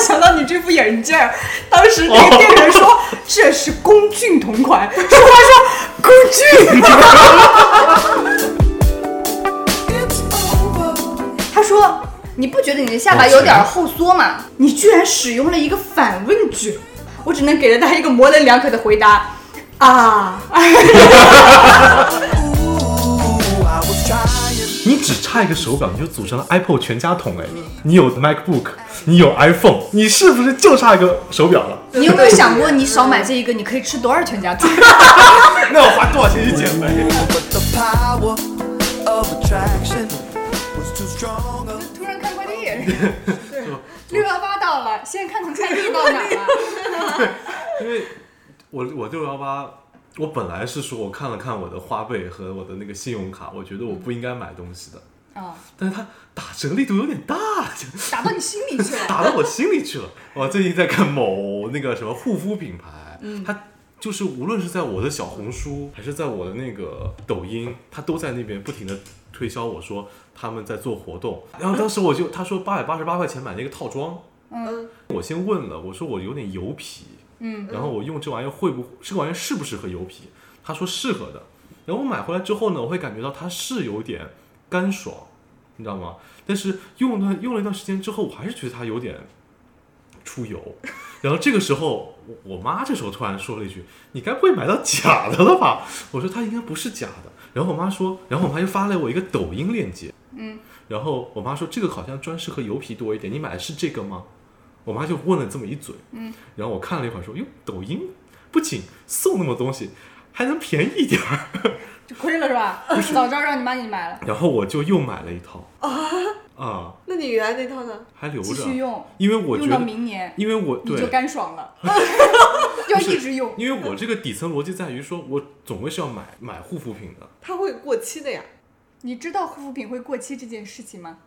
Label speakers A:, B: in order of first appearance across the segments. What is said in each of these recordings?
A: 想到你这副眼镜儿，当时那个店员说、这是龚俊同款，说话说龚 俊，他说
B: 你不觉得你的下巴有点后缩吗？
A: 你居然使用了一个反问句，我只能给了他一个模棱两可的回答啊，
C: 你只差一个手表，你就组成了 Apple 全家桶哎！你有 MacBook，你有 iPhone，你是不是就差一个手表了？
B: 你有没有想过，你少买这一个，你可以吃多少全 家桶？
C: 那我花多少钱去减肥？
B: 突然看快递，对，六幺八到了，先看看快递到哪了。
C: 因为我我六幺八，我本来是说我看了看我的花呗和我的那个信用卡，我觉得我不应该买东西的，
B: 啊，
C: 但是它打折力度有点大，就
B: 打到你心里去了。
C: 打到我心里去了。我最近在看某那个什么护肤品牌，
B: 嗯
C: 它就是无论是在我的小红书还是在我的那个抖音，它都在那边不停的推销我说他们在做活动。然后当时我就他说八百八十八块钱买那个套装，
B: 嗯，
C: 我先问了，我说我有点油皮，
B: 嗯，
C: 然后我用这玩意儿会不这个玩意儿适不适合油皮？他说适合的。然后我买回来之后呢，我会感觉到它是有点干爽，你知道吗？但是用了用了一段时间之后，我还是觉得它有点出油。然后这个时候，我我妈这时候突然说了一句：“你该不会买到假的了吧？”我说：“它应该不是假的。”然后我妈说，然后我妈又发了我一个抖音链接，
B: 嗯，
C: 然后我妈说这个好像专适合油皮多一点，你买的是这个吗？我妈就问了这么一嘴，
B: 嗯，
C: 然后我看了一会儿说：“哟，抖音不仅送那么东西，还能便宜一点儿。”
B: 就亏了是吧？早知道让你妈给你买了，
C: 然后我就又买了一套啊
D: 那你原来那套呢？
C: 还留
B: 继
C: 着，
B: 续用，
C: 因为我觉
B: 用到
C: 得，
B: 明年
C: 因为我
B: 你就
C: 对，
B: 干爽 了，要一直用。
C: 因为我这个底层逻辑在于说，我总归是要买买护肤品 的，
D: 它会过期的呀，
B: 你知道护肤品会过期这件事情吗？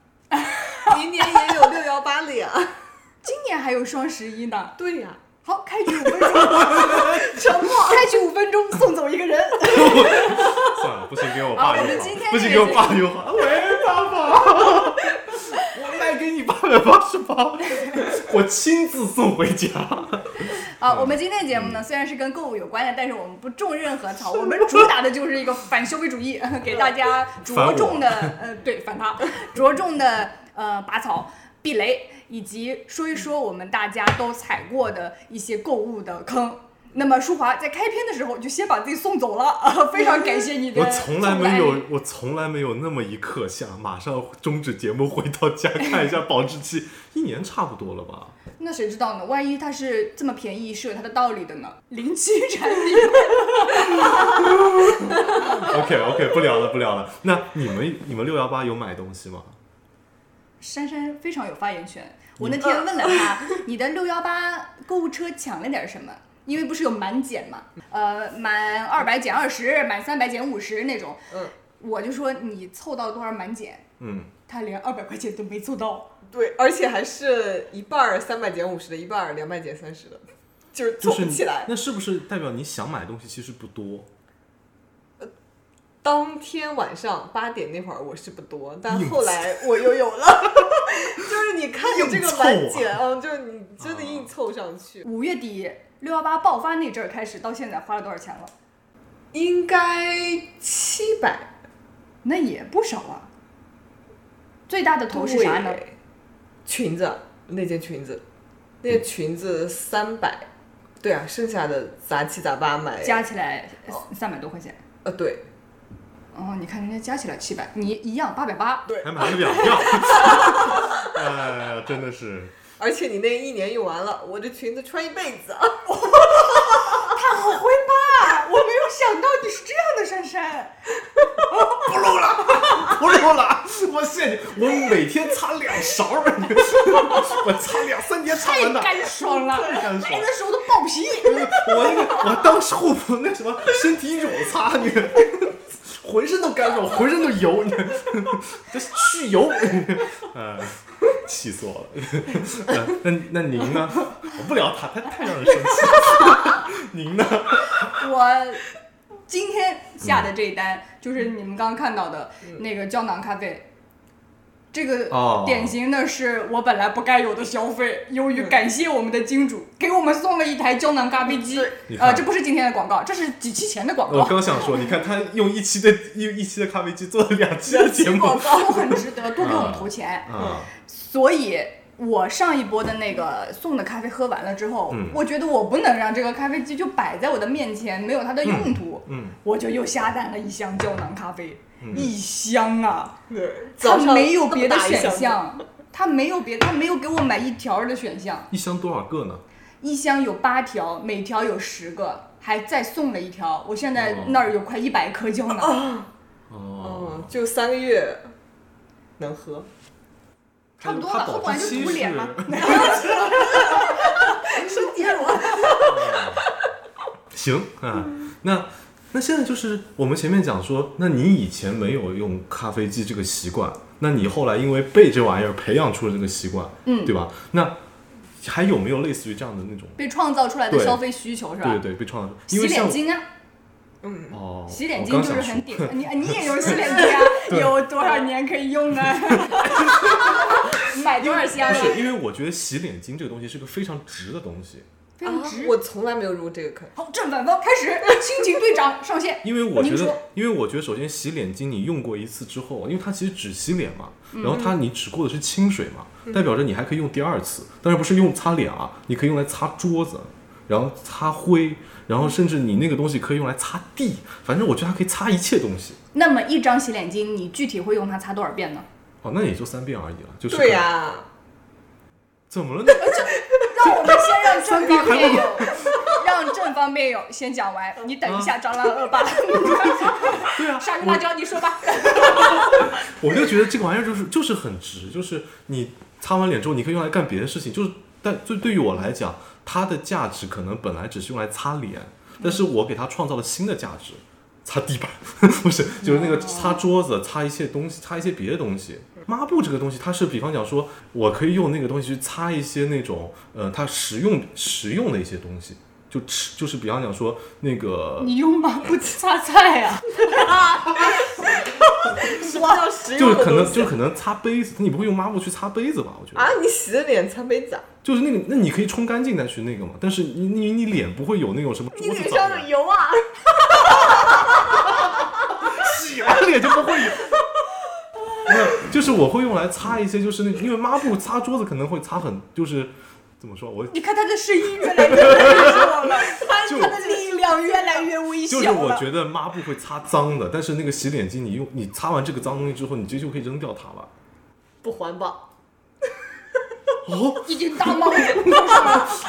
D: 明年也有六幺八了呀。
B: 今年还有双十一呢。
D: 对呀，
B: 好，开局五分 钟，沉默，开局五分钟送走一个人。
C: 算了，不行，给我爸
B: 啊
C: 邮
B: 我们
C: 好
B: 今天，
C: 不行，给我爸邮 好。喂，爸爸，我卖给你八百八十八，我亲自送回家。嗯
B: 啊，我们今天的节目呢，虽然是跟购物有关的，但是我们不种任何 草，我们主打的就是一个反消费主义， 给大家着重的呃，对，反他， 着重的呃拔草、避雷，以及说一说我们大家都踩过的一些购物的坑。那么舒华在开篇的时候就先把自己送走了， 啊，非常感谢你的
C: 我
B: 送
C: 从
B: 来
C: 来没有，我从来没有那么一刻想马上终止节目，回到家看一下保质期，一年差不多了吧？
B: 那谁知道呢？万一它是这么便宜，是有它的道理的呢？零七产品，
C: OK OK，不聊了不聊了。那你们你们六幺八有买东西吗？
B: 珊珊非常有发言权。我那天问了她， 你的六幺八购物车抢了点什么？因为不是有满减嘛，呃，满二百减二十，满三百减五十那种。
D: 嗯，
B: 我就说你凑到多少满减，
C: 嗯，
B: 她连二百块钱都没凑到。
D: 对，而且还是一半儿三百减五十的，一半儿两百减三十的，就是
C: 就
D: 凑
C: 是
D: 不
C: 你
D: 起来。
C: 那是不是代表你想买的东西其实不多？
D: 当天晚上八点那会儿我是不多，但后来我又有 了，就是你看着这个满
C: 啊
D: 减，嗯，就是你真的硬凑上去，
B: 五月底六幺八爆发那阵儿开始，到现在花了多少钱了？
D: 应该七百。
B: 那也不少啊。最大的头是啥呢？
D: 对？裙子，那件裙子，那件裙子三百。对啊，剩下的杂七杂八买，
B: 加起来三百多块钱。
D: 呃，对，
B: 哦，你看人家加起来七百，你一样八百八。
D: 对
C: 还买了两样？ 哎呀，真的是，
D: 而且你那一年用完了，我这裙子穿一辈 子。
B: 好会吧？我没有想到你是这样的，珊珊。
C: 不录了，不录了。我谢你，我每天擦两勺儿， 我擦两三天擦完的。
B: 干爽了，
C: 太干爽
B: 来的时候都爆皮。
C: 我那个，我当时护肤那什么身体乳擦你， 浑身都干爽，浑身都油，你 这是去油， 呃，气死我了。 呃那那您呢？我不聊他，他太让人生气。 您呢？
B: 我今
C: 嗯
B: 天下的这一单就是你们刚刚看到的那个胶囊咖啡，这个
C: 哦
B: 典型的是我本来不该有的消费，由
C: 嗯
B: 于感谢我们的金主给我们送了一台胶囊咖啡机
C: 你，看
B: 呃，这不是今天的广告，这是几期前的广
C: 我
B: 告。
C: 刚想说，你看他用一期的用一期的咖啡机做了两期的节目
B: 广告很值得，多给我们投钱。
C: 啊，
B: 所以，我上一波的那个送的咖啡喝完了之后，
C: 嗯
B: 我觉得我不能让这个咖啡机就摆在我的面前，没有它的用途，
C: 嗯，
B: 我就又下单了一箱胶囊咖啡，一箱啊，
D: 对，
B: 它
D: 早上
B: 没有别的
D: 这么大一
B: 选
D: 箱子，
B: 项，它没有别，它没有给我买一条的选项，
C: 一箱多少个呢？
B: 一箱有八条，每条有十个，还再送了一条，我现在
C: 哦
B: 那儿有快一百颗胶囊。
C: 哦
D: 嗯，，就三个月能喝，
B: 差不多
C: 他
B: 吧，
C: 保
B: 喝不完
C: 质
B: 就
C: 期
B: 堵脸嘛
C: 是。
D: 身体软。
C: 行啊，
B: 嗯
C: 那那现在就是我们前面讲说，那你以前没有用咖啡机这个习惯，那你后来因为被这玩意儿培养出了这个习惯，
B: 嗯
C: 对吧？那还有没有类似于这样的那种？
B: 被创造出来的
C: 对
B: 消费需求是吧？
C: 对对，被创造出，因
B: 洗
C: 为像
B: 脸
C: 我
B: 巾啊，
D: 嗯，
C: 哦，
B: 洗脸
C: 我
B: 巾
C: 刚
B: 就是
C: 想
B: 很
C: 说
B: 顶，你你也 用洗脸巾啊？有多少年可以用啊？买多少箱
C: 不
B: 啊？
C: 是，因为我觉得洗脸巾这个东西是个非常值的东西，
B: 非常值。
D: 我从来没有入过这个坑。
B: 好，正反方开始，刑警队长上线。
C: 因为我觉
B: 哦您
C: 得
B: 说，
C: 因为我觉得，首先洗脸巾你用过一次之后，因为它其实只洗脸嘛，然后它你只过的是清水嘛，代表着你还可以用第二次，但是不是用擦脸啊，你可以用来擦桌子，然后擦灰，然后甚至你那个东西可以用来擦地，反正我觉得它可以擦一切东西。
B: 那么一张洗脸巾，你具体会用它擦多少遍呢？
C: 哦，那也就三遍而已了，就是
D: 对
C: 可
D: 呀、
C: 怎么了呢？
B: 让我们先让正方辩友， 让正方辩友先讲完，你等一下蟑螂恶霸，
C: 啊对 啊，
B: 鲨鱼
C: 我
B: 辣椒，你说吧。
C: 我就觉得这个玩意儿就是就是很值，就是你擦完脸之后，你可以用来干别的事情。就是，但对对于我来讲，它的价值可能本来只是用来擦脸，但是我给它创造了新的价值，擦地板 不是，就是那
D: 哦
C: 个擦桌子、擦一些东西、擦一些别的东西。抹布这个东西，它是比方讲说，我可以用那个东西去擦一些那种，呃，它实用实用的一些东西。就吃，就是比方讲说那个，
B: 你用抹布擦菜啊呀、
D: 什么叫实
C: 就
D: 用
C: 是
D: 的
C: 可
D: 东
C: 能
D: 西
C: 就是可能擦杯子，你不会用抹布去擦杯子吧？我觉得
D: 啊？你洗的脸擦杯子啊？
C: 就是那个，那你可以冲干净再去那个嘛，但是你你你脸不会有那种什么
D: 你
C: 桌子
D: 脸
C: 脏
D: 上
C: 的
D: 有，油啊？
C: 洗完 脸就不会有。没有，就是我会用来擦一些，就是那因为抹布擦桌子可能会擦很，就是怎么说，我
B: 你看他的声音越来 越弱了，他
C: 就
B: 他的力量越来越微小
C: 就
B: 了。
C: 是我觉得抹布会擦脏的，但是那个洗脸巾你用你擦完这个脏东西之后，你直接就可以扔掉它了。
D: 不环保。
C: 哦，
B: 已经大冒了。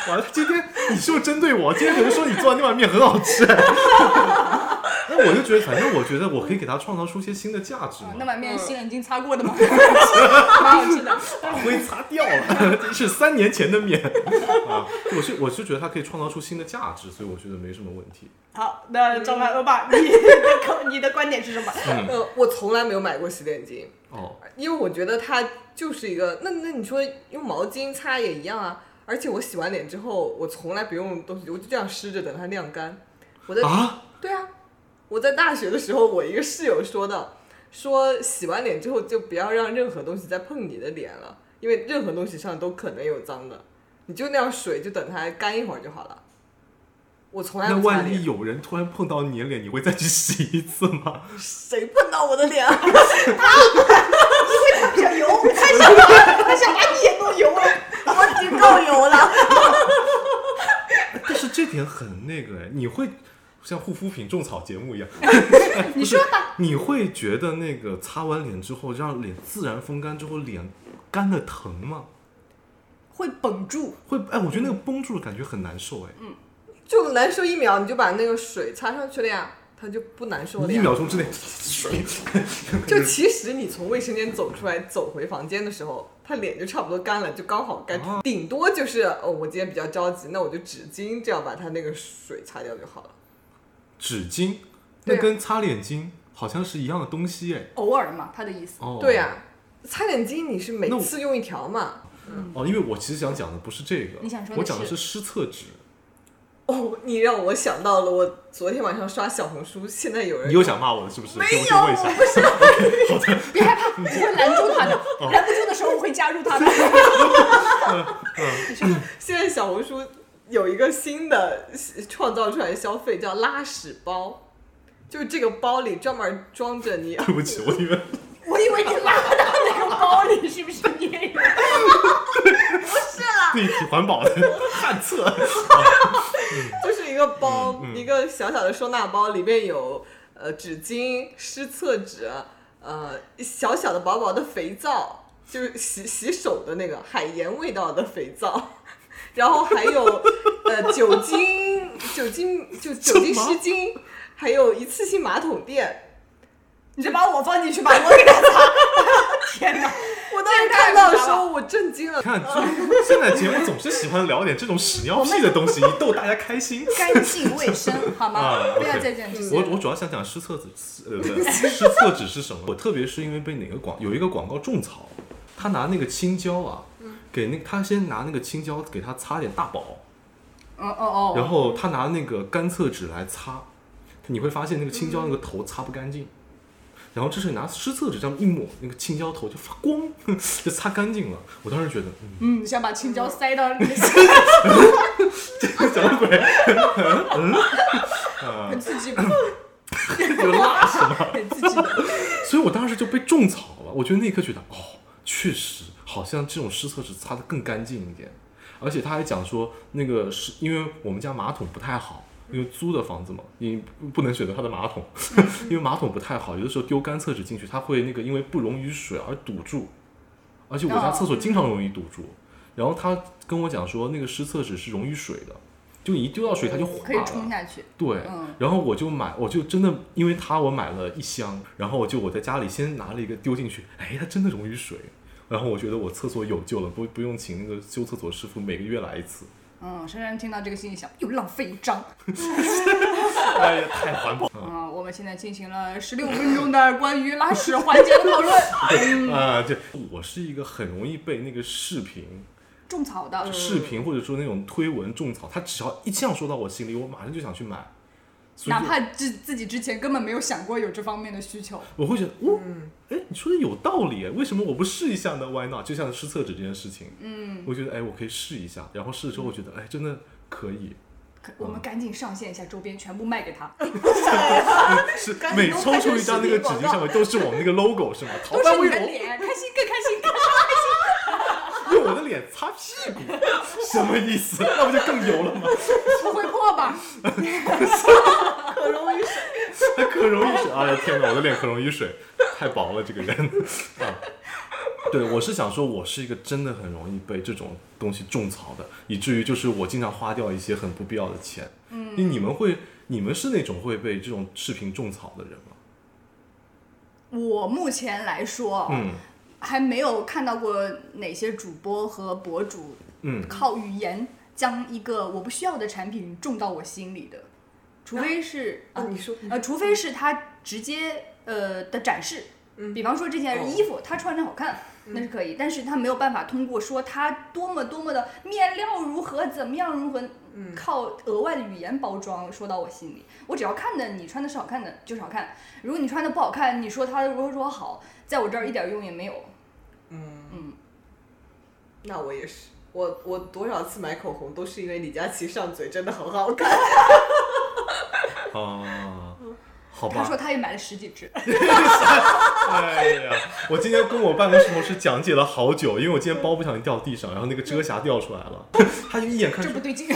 C: 完了，今天你是不是针对我？今天可能说你做的那碗面很好吃、 那我就觉得，反正我觉得我可以给它创造出一些新的价值嘛。
B: 那碗面洗脸巾擦过的吗？ 蛮好吃的。
C: 把灰擦掉了， 这是三年前的面 啊！我是我是觉得它可以创造出新的价值，所以我觉得没什么问题。
A: 好，那张兰欧巴，你的口你的观点是什么？
C: 嗯，
D: 呃，我从来没有买过洗脸巾，
C: 哦，
D: 因为我觉得它就是一个，那那你说用毛巾擦也一样啊。而且我洗完脸之后，我从来不用东西，我就这样湿着等它晾干。我在、
C: 啊，
D: 对啊，我在大学的时候，我一个室友说的，说洗完脸之后就不要让任何东西再碰你的脸了，因为任何东西上都可能有脏的，你就那样水就等它干一会儿就好了。我从来
C: 那
D: 不擦
C: 万一
D: 脸，
C: 有人突然碰到你的脸，你会再去洗一次吗？
D: 谁碰到我的脸啊？
A: 想油，他想他想把你也弄油了。
B: 啊
D: 我已经够油了。
C: 哎但是这点很那个哎，你会像护肤品种草节目一样，
B: 你说吧，
C: 你会觉得那个擦完脸之后，让脸自然风干之后，脸干的疼吗？
B: 会绷住。
C: 会哎，我觉得那个绷住的感觉很难受哎，
B: 嗯
D: 就难受一秒，你就把那个水擦上去了呀，它就不难受了
C: 你一
D: 呀。
C: 秒 钟之内水，
D: 就其实你从卫生间走出来，走回房间的时候，他脸就差不多干了，就刚好干。
C: 啊
D: 顶多就是哦，我今天比较着急，那我就纸巾这样把它那个水擦掉就好了。
C: 纸巾，那
D: 对啊
C: 跟擦脸巾好像是一样的东西哎。
B: 偶尔嘛，他的意思。
C: 哦，
D: 对呀、擦脸巾你是每
C: 那我
D: 次用一条嘛？
C: 哦，因为我其实想讲的不是这个，
B: 你想说的
C: 我讲的
B: 是
C: 是湿厕纸。
D: 哦，你让我想到了，我昨天晚上刷小红书，现在有人
C: 你又想骂我了是不是？
B: 没
C: 给我
B: 有
C: 去问一下。好的，
B: 别害怕，我会拦住他的，
C: 哦
B: 拦不住的时候我会加入 他的。
D: 现在小红书有一个新的创造出来的消费叫拉屎包，就是这个包里专门装着 你。
C: 对不起，我以为
B: 我以为你拉到那个包里，是不是你也有？
C: 对挺环保的旱厕。
D: 就是一个包，
C: 嗯嗯
D: 一个小小的收纳包，里面有呃纸巾、湿厕纸，呃小小的薄薄的肥皂，就是洗洗手的那个海盐味道的肥皂， 然后还有呃酒精、酒精就酒精
C: 什么
D: 湿巾，还有一次性马桶垫。
A: 你就把我放进去 吧，我给他擦。 天哪！
D: 我当时看到的时候，我震惊了
C: 你。看，就现在节目总是喜欢聊点这种屎尿屁的东西，一逗大家开心。
B: 干净卫生， 好
C: 啊
B: 吗？
C: ，OK
B: 不要再讲这些。
C: 我我主要想讲湿厕纸，呃，不对，湿厕纸是什么？我特别是因为被哪个广有一个广告种草，他拿那个青椒啊，给那他先拿那个青椒给他擦点大宝，
B: 嗯哦哦，
C: 然后他拿那个干厕纸来擦，你会发现那个青椒那个头擦不干净。然后这是拿湿厕纸这样一抹，那个青椒头就发光， 就擦干净了。我当时觉得，嗯，
B: 嗯，想把青椒塞到你的
C: 什么鬼？嗯
B: 自己，
C: 有拉屎吗？
B: 自己
C: 所以我当时就被种草了。我觉得那一刻觉得，哦，确实好像这种湿厕纸擦得更干净一点。而且他还讲说，那个是因为我们家马桶不太好，因为租的房子嘛，你不能选择它的马桶，
B: 嗯
C: 因为马桶不太好，有的时候丢干厕纸进去，它会那个因为不溶于水而堵住，而且我家
B: 哦
C: 厕所经常容易堵住。然后他跟我讲说，那个湿厕纸是溶于水的，就你一丢到水它就
B: 可
C: 化
B: 以
C: 了。
B: 冲下去。
C: 对，
B: 嗯
C: 然后我就买，我就真的因为它我买了一箱，然后我就我在家里先拿了一个丢进去，哎，它真的溶于水，然后我觉得我厕所有救了，不不用请那个修厕所师傅每个月来一次，
B: 嗯，珊珊听到这个心里想，又浪费一张。
C: 哎呀，太环保了
B: 嗯，我们现在进行了十六分钟的关于拉屎环节的讨论，
C: 啊！对，我是一个很容易被那个视频、
B: 种草 的。
C: 视频或者说那种推文种草，它只要一这样说到我心里，我马上就想去买，所以
B: 哪
C: 就
B: 怕自自己之前根本没有想过有这方面的需求，
C: 我会觉得，
D: 嗯
C: 哦，哎，你说的有道理，为什么我不试一下呢？Why not？就像湿厕纸这件事情，嗯，我觉得，哎，我可以试一下，然后试了之后，我觉得，哎，真的可 以，
B: 可我
C: 嗯
B: 们赶紧上线一下周边，全部卖给他，
C: 是
D: 赶紧
C: 每
D: 都
C: 抽
D: 开
C: 出
D: 始
C: 一
D: 实
C: 张那
D: 体
C: 个纸
D: 广
C: 巾上
D: 告
C: 面都是我们那个 logo 是吗？桃
B: 都
C: 花
B: 是
C: 微
B: 你的
C: 博
B: 脸，开心更开心，更
C: 用我的脸擦屁股，什么意思？那不就更油了吗？
B: 不会破吧？
D: 可溶于水，
C: 还 可溶于 水，哎呀天哪，我的脸可溶于水，太薄了这个人啊。对，我是想说，我是一个真的很容易被这种东西种草的，以至于就是我经常花掉一些很不必要的钱。嗯，你们会，你们是那种会被这种视频种草的人吗？
B: 我目前来说，
C: 嗯
B: 还没有看到过哪些主播和博主
C: 嗯，
B: 靠语言将一个我不需要的产品种到我心里的，除非是
D: 啊你说
B: 呃，除非是他直接呃的展示，
D: 嗯
B: 比方说这件衣
D: 哦
B: 服他穿着好看，那是可以，但是他没有办法通过说他多么多么的面料如何怎么样如何，
D: 嗯
B: 靠额外的语言包装说到我心里。我只要看的你穿的是好看的就是好看，如果你穿的不好看，你说它如何如何好，在我这儿一点用也没有。
D: 那我也是。我我多少次买口红都是因为李佳琦上嘴真的很好看，
C: 啊，好
B: 嗯他说
C: 吧。
B: 他也买了十几 支，
C: 哎呀，我今天跟我办公室同事讲解了好久，因为我今天包不小心掉地上，然后那个遮瑕掉出来了， 他就一眼看
B: 这
C: 出
B: 不对 劲。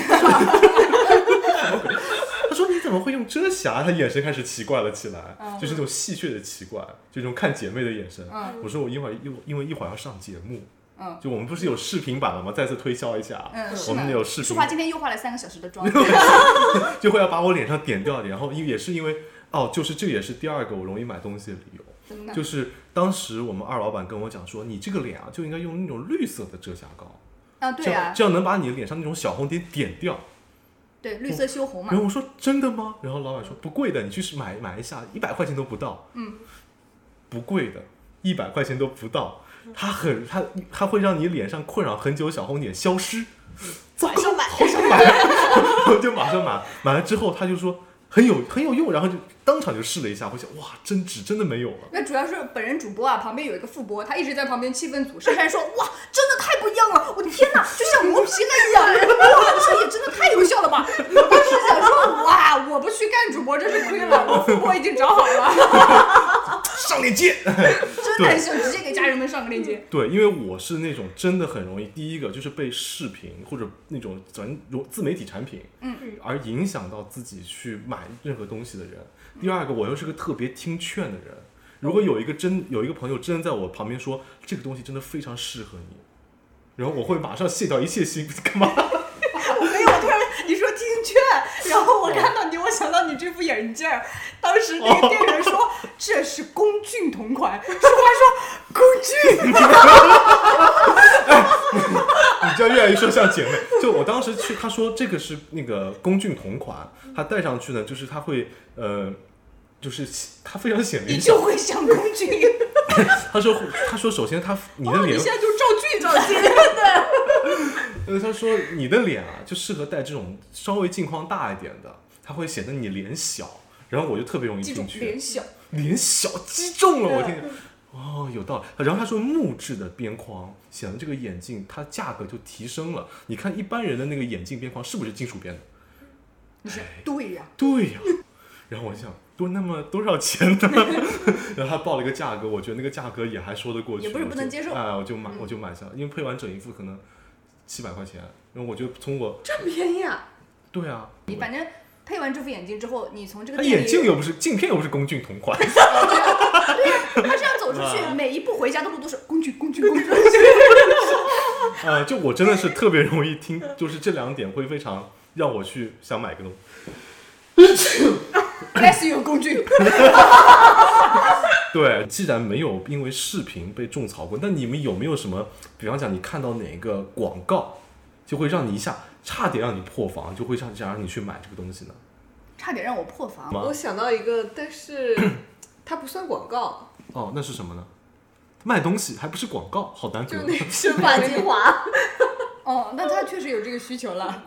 C: 他说：“你怎么会用遮瑕？”他眼神开始奇怪了起来，就是那种戏谑的奇怪，就那种看姐妹的眼神。
B: 嗯
C: 我说：“我一会儿因因为一会儿要上节目，
B: 嗯
C: 就我们不是有视频版了吗？再次推销一下，
B: 嗯，是
C: 我
B: 呢
C: 们有视
B: 淑
C: 频
B: 华今天又化了三个小时的 妆，
C: 就会要把我脸上点掉一点。然后因为也是因为哦，就是这也是第二个我容易买东西的理由，
B: 真的
C: 就是当时我们二老板跟我讲说，你这个脸啊就应该用那种绿色的遮瑕膏，
B: 啊，
C: 这
B: 对
C: 样
B: 啊，
C: 这样能把你的脸上那种小红点点掉。”
B: 对绿色修红嘛
C: 然，后我说真的吗？然后老板说不贵的，你去买买一下，一百块钱都不到。嗯，不贵的，一百块钱都不到。它很 它它会让你脸上困扰很久小红点消失。糟糕，好想买，然后就马上买，买了之后他就说很有很有用，然后就当场就试了一下，我想哇，真纸真的没有了。
B: 那主要是本人主播啊，旁边有一个副播，他一直在旁边气氛组珊珊说：“哇，真的太不一样了！我的天哪，就像磨皮了一样！哇，这也真的太有效了吧！”我当时想说：“哇，我不去干主播真是亏了，我副播已经找好了，
C: 上链接。
B: 真的很想直接给家人们上个链接。
C: 对，因为我是那种真的很容易，第一个就是被视频或者那种咱如自媒体产品，
B: 嗯，
C: 而影响到自己去买任何东西的人。第二个，我又是个特别听劝的人。如果有一个真有一个朋友真的在我旁边说这个东西真的非常适合你，然后我会马上卸掉一切心， 干嘛？
A: 我没有，我突然你说听劝，然后我
C: 哦
A: 看到你，我想到你这副眼镜儿，当时那个店员说这是龚俊同款，说话说龚俊，
C: 你这样越来越说像姐妹。就我当时去，他说这个是那个龚俊同款，他戴上去呢，就是他会呃，就是他非常显
A: 你
C: 脸
A: 就会像龚俊，
C: 他说他说首先他你的
A: 哦，
C: 脸
A: 你现在就照剧照镜，
C: 呃，他说你的脸啊，就适合戴这种稍微镜框大一点的，它会显得你脸小。然后我就特别容易
B: 记住
C: 进，去，
B: 脸小，
C: 脸小击中了，我天！哦，有道理。然后他说木质的边框显得这个眼镜它价格就提升了。你看一般人的那个眼镜边框是不是金属边的？
B: 你
C: 哎
B: 说对呀、
C: 对呀、 然后我想多那么多少钱呢？ 然后他报了一个价格，我觉得那个价格也还说得过去，
B: 也不是不能
C: 我就
B: 接受嗯
C: 哎，我就买我就买下，因为配完整一副可能七百块钱，然后我就从我
D: 这么便宜啊！
C: 对啊，
B: 你反正配完这副眼镜之后，你从这个
C: 他
B: 店里
C: 眼镜又不是镜片，又不是龚俊同款，
B: 他这样走出去，每一步回家的路都是工具工具 工具。
C: 呃，就我真的是特别容易听，就是这两点会非常让我去想买个东西。
B: Bless you，工具。
C: 对，既然没有因为视频被种草过，那你们有没有什么，比方讲你看到哪个广告，就会让你一下差点让你破防，就会让想让你去买这个东西呢？
B: 差点让我破防。
C: 吗
D: 我想到一个，但是它不算广告，
C: 哦，那是什么呢？卖东西还不是广告，好啊难
D: 就
C: 得
D: 那。个生发精 华，
B: 哦，那他确实有这个需求了。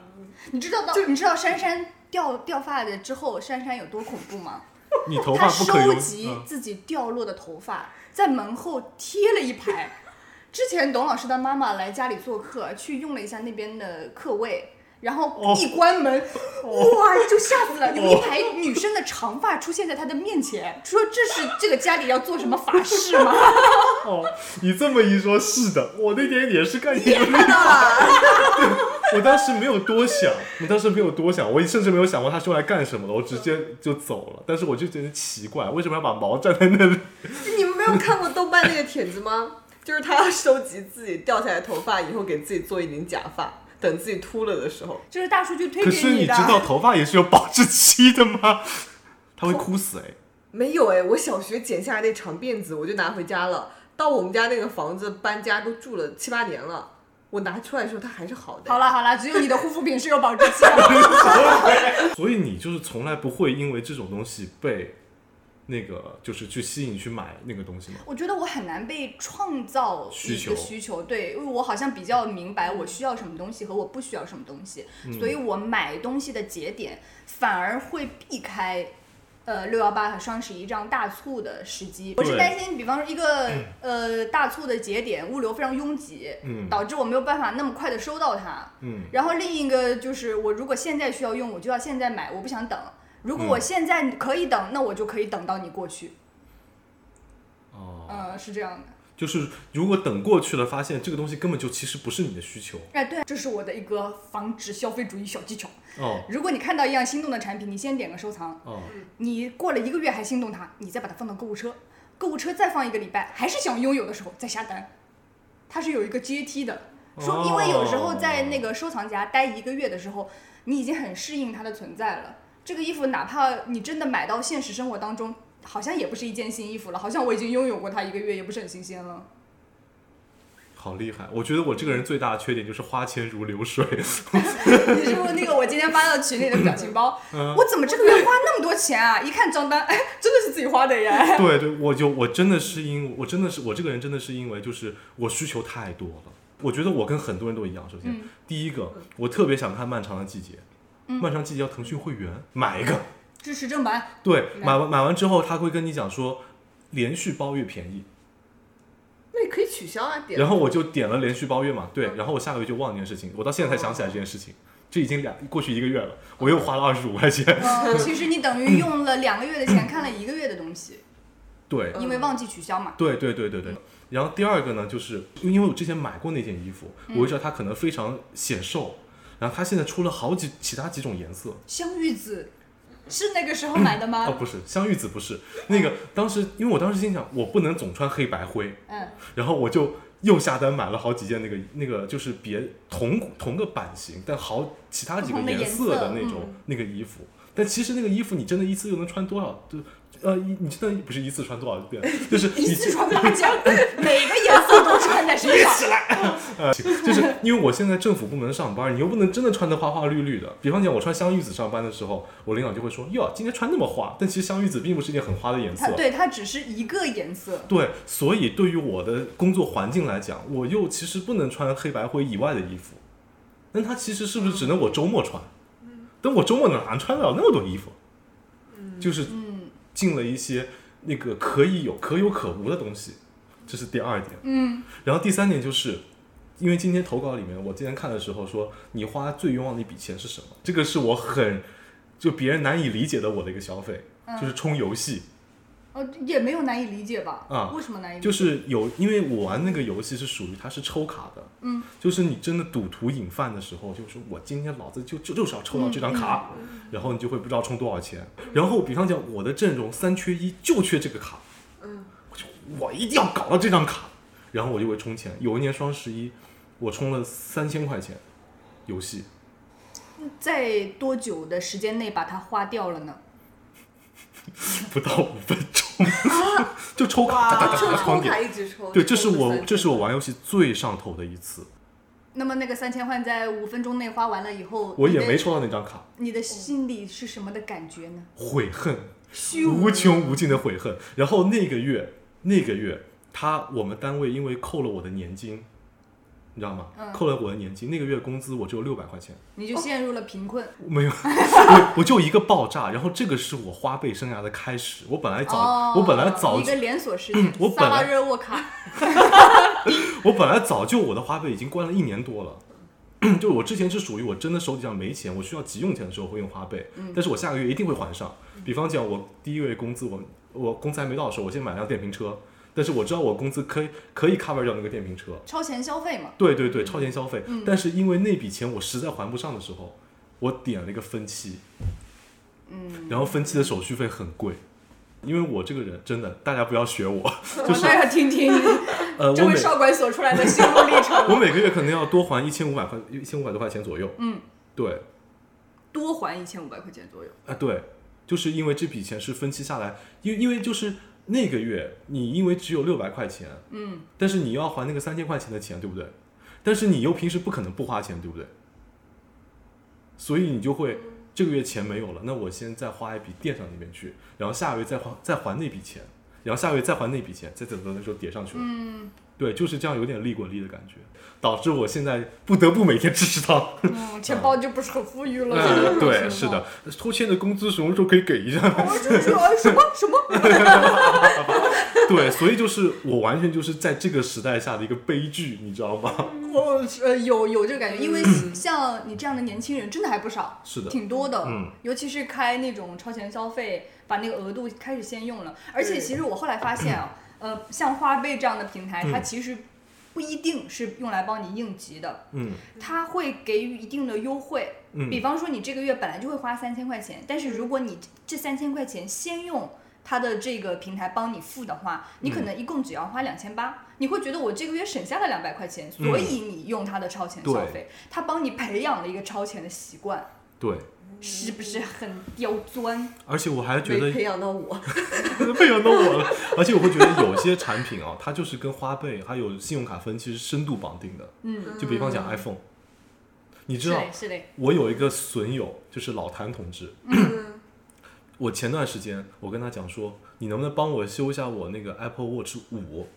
B: 你知道到你知道珊珊掉掉发的之后，珊珊有多恐怖吗？
C: 你头
B: 她
C: 发不可
B: 收
C: 用。
B: 集
C: 嗯
B: 自己掉落的头发，在门后贴了一排。之前董老师的妈妈来家里做客，去用了一下那边的客位，然后
C: 哦
B: 一关门，哇，就吓死了！有一排女生的长发出现在她的面前，说这是这个家里要做什么法事吗？
C: 哦，你这么一说，是的，我那天也是看你们
D: 看到了，
C: 我当时没有多想，我当时没有多想，我甚至没有想过它是用来干什么的，我直接就走了。但是我就觉得奇怪，为什么要把毛站在那里？
D: 你们没有看过豆瓣那个帖子吗？就是他要收集自己掉下来的头发，以后给自己做一顶假发，等自己秃了的时候。
B: 这是大数据推
C: 可
B: 给
C: 是你知
B: 的。
C: 道头发也是有保质期的吗？ 它会枯死哎！
D: 没有哎，我小学剪下来那长辫子，我就拿回家了。到我们家那个房子搬家都住了七八年了，我拿出来的时候它还是好的。
B: 好了好了，只有你的护肤品是有保质期的。
C: 所以你就是从来不会因为这种东西被那个就是去吸引去买那个东西吗？
B: 我觉得我很难被创造
C: 需
B: 一
C: 求
B: 个需求，对，因为我好像比较明白我需要什么东西和我不需要什么东西，
C: 嗯
B: 所以我买东西的节点反而会避开。呃，六幺八和双十一这样大促的时机，我是
C: 对
B: 担心，比方说一个呃大促的节点，物流非常拥挤，
C: 嗯
B: 导致我没有办法那么快的收到它。
C: 嗯，
B: 然后另一个就是，我如果现在需要用，我就要现在买，我不想等。如果我
C: 嗯
B: 现在可以等，那我就可以等到你过去。
C: 哦，
B: 嗯、是这样的。
C: 就是如果等过去了，发现这个东西根本就其实不是你的需求
B: 哎，对，这是我的一个防止消费主义小技巧。
C: 哦
B: 如果你看到一样心动的产品，你先点个收藏，
C: 哦，
B: 你过了一个月还心动它，你再把它放到购物车，购物车再放一个礼拜，还是想拥有的时候再下单，它是有一个阶梯的。说，因为有时候在那个收藏夹待一个月的时候，你已经很适应它的存在了。这个衣服哪怕你真的买到现实生活当中，好像也不是一件新衣服了，好像我已经拥有过它一个月，也不是很新鲜了。
C: 好厉害！我觉得我这个人最大的缺点就是花钱如流水。
B: 你是不是那个我今天发到群里的表情包？我怎么这个月花那么多钱啊？一看账单，哎，真的是自己花的耶。
C: 对对，我就我真的是因我真的是我这个人真的是因为就是我需求太多了。我觉得我跟很多人都一样，首先、第一个，我特别想看《漫长的季节》，漫长季节要腾讯会员，买一个。
B: 支持正版，
C: 对，
B: 嗯
C: 买完买完之后，他会跟你讲说，连续包月便宜。
D: 那你可以取消啊，点。
C: 然后我就点了连续包月嘛，对，然后我下个月就忘了这件事情，我到现在才想起来这件事情，这已经两过去一个月了，我又花了二十五块钱。
B: 嗯，其实你等于用了两个月的钱看了一个月的东西，
C: 对，
B: 因为忘记取消嘛。
C: 对对对对对。然后第二个呢，就是因为我之前买过那件衣服，
B: 嗯
C: 我就知道它可能非常显瘦，然后它现在出了好几其他几种颜色。
B: 香芋紫是那个时候买的
C: 哦，
B: 吗？
C: 不是，香芋紫不是那个，当时因为我当时心想，我不能总穿黑白灰，
B: 嗯，
C: 然后我就又下单买了好几件那个那个就是别同同个版型，但好其他几个
B: 不同的
C: 颜
B: 颜
C: 色的
B: 色嗯
C: 那种那个衣服。但其实那个衣服你真的一次又能穿多少？就呃，一你真的不是一次穿多少遍，就是 你
B: 一
C: 这
B: 次穿八件， 每个颜色都穿在身 上。
C: 呃，就是因为我现在政府部门上班，你又不能真的穿的花花绿绿的。比方讲，我穿香芋紫上班的时候，我领导就会说：“哟，今天穿那么花。”但其实香芋紫并不是一件很花的颜色
B: 它。对它只是一个颜色，
C: 对，所以对于我的工作环境来讲，我又其实不能穿黑白灰以外的衣服，那它其实是不是只能我周末穿？但我周末哪能穿得了那么多衣服？就是进了一些那个可以有可有可无的东西，这是第二点。
B: 嗯，
C: 然后第三点就是，因为今天投稿里面，我今天看的时候说，你花最冤枉的一笔钱是什么？这个是我很就别人难以理解的我的一个消费，就是充游戏。
B: 哦，也没有难以理解吧？
C: 啊
B: 为什么难以理解？
C: 就是有，因为我玩那个游戏是属于它是抽卡的，
B: 嗯，
C: 就是你真的赌徒瘾犯的时候，就是我今天老子就就就是要抽到这张卡，
D: 嗯
C: 然后你就会不知道充多少钱。然后比方讲我的阵容三缺一，就缺这个卡，
D: 嗯，
C: 我就我一定要搞到这张卡，然后我就会充钱。有一年双十一，我充了三千块钱游戏，
B: 在多久的时间内把它花掉了呢？
C: 不到五分钟， 就抽卡，哒哒哒
D: 抽
C: 哒狂
D: 啊抽卡
C: 点。
D: 一直抽。
C: 啊对，这是
D: 抽了
C: 我
D: 三
C: 这 是我玩游戏最上头的一次，
B: 那么那个三千块在五分钟内花完了以后，
C: 我
B: 你
C: 也
B: 的
C: 没抽到那张卡。
B: 你的心里是什么的感觉呢？
C: 悔恨，
B: 虚
C: 无穷无尽的悔恨。然后那个月，那个月他我们单位因为扣了我的年金，你知道吗？
B: 嗯
C: 扣了我的年金，那个月工资我只有六百 块钱，
B: 你就陷入了贫困。
C: 没有，我我就一个爆炸。然后这个是我花呗生涯的开始。我本来早，
B: 哦，
C: 我本来早
B: 一
C: 就
B: 个连锁事件，
C: 我
B: 萨
C: 本
B: 拉
C: 来
B: 热沃卡，
C: 我本来早就我的花呗已经关了一年多了。就我之前是属于我真的手底上没钱，我需要急用钱的时候会用花呗，但是我下个月一定会还上。比方讲，我第一个月工资我我工资还没到的时候，我先买辆电瓶车，但是我知道我工资可以可以 cover 掉那个电瓶车。
B: 超前消费嘛。
C: 对对对，超前消费。但是因为那笔钱我实在还不上的时候，我点了一个分期，嗯，然后分期的手续费很贵，因为我这个人真的，大家不要学我，
B: 我倒要听 听
C: 呃，
B: 这
C: 我
B: 位
C: 每
B: 少管所出来的心路历程，
C: 我每个月可能要多还一千五百块，一千五百多块钱左右。
B: 嗯，
C: 对，
B: 多还一千五百块钱左右。
C: 啊对，就是因为这笔钱是分期下来，因为因为就是那个月你因为只有六百块钱，
B: 嗯，
C: 但是你要还那个三千块钱的钱，对不对？但是你又平时不可能不花钱，对不对？所以你就会这个月钱没有了，那我先再花一笔垫上那边去，然后下个月再还再还那笔钱，然后下个月再还那笔钱，再怎么的时候叠上去了。
B: 嗯，
C: 对，就是这样，有点利滚利的感觉，导致我现在不得不每天吃食堂。
B: 嗯，钱包就不是很富裕了。
C: 嗯， 对，是的，拖欠的工资什么时候可以给一下？
D: 哦
B: 我就说什么什么，
C: 对，所以就是我完全就是在这个时代下的一个悲剧，你知道吗？
B: 我呃有有这个感觉，因为像你这样的年轻人真的还不少，
C: 是的，
B: 挺多的，
C: 嗯
B: 尤其是开那种超前消费，把那个额度开始先用了。而且
D: 对
B: 其实我后来发现 啊，呃，像花呗这样的平台，
C: 嗯
B: 它其实不一定是用来帮你应急的，
C: 嗯
B: 它会给予一定的优惠。比
C: 嗯，
B: 方说你这个月本来就会花三千块钱，但是如果你这三千块钱先用。它的这个平台帮你付的话，你
C: 嗯
B: 可能一共只要花两千八，你会觉得我这个月省下了两百块钱，所
C: 嗯
B: 以你用它的超前
C: 对
B: 消费，它帮你培养了一个超前的习惯。
C: 对，
B: 是不是很刁钻？
C: 而且我还 觉
D: 没
C: 得
D: 培养到我，
C: 被养到我了，而且我会觉得有些产品啊，它就是跟花呗还有信用卡分期是深度绑定的，
B: 嗯，
C: 就比方讲 iPhone，你知
B: 是
C: 道
B: 嘞，是嘞，
C: 我有一个损友，就是老谭同志，
D: 嗯
C: 我前段时间我跟他讲说，你能不能帮我修一下我那个 Apple Watch 五？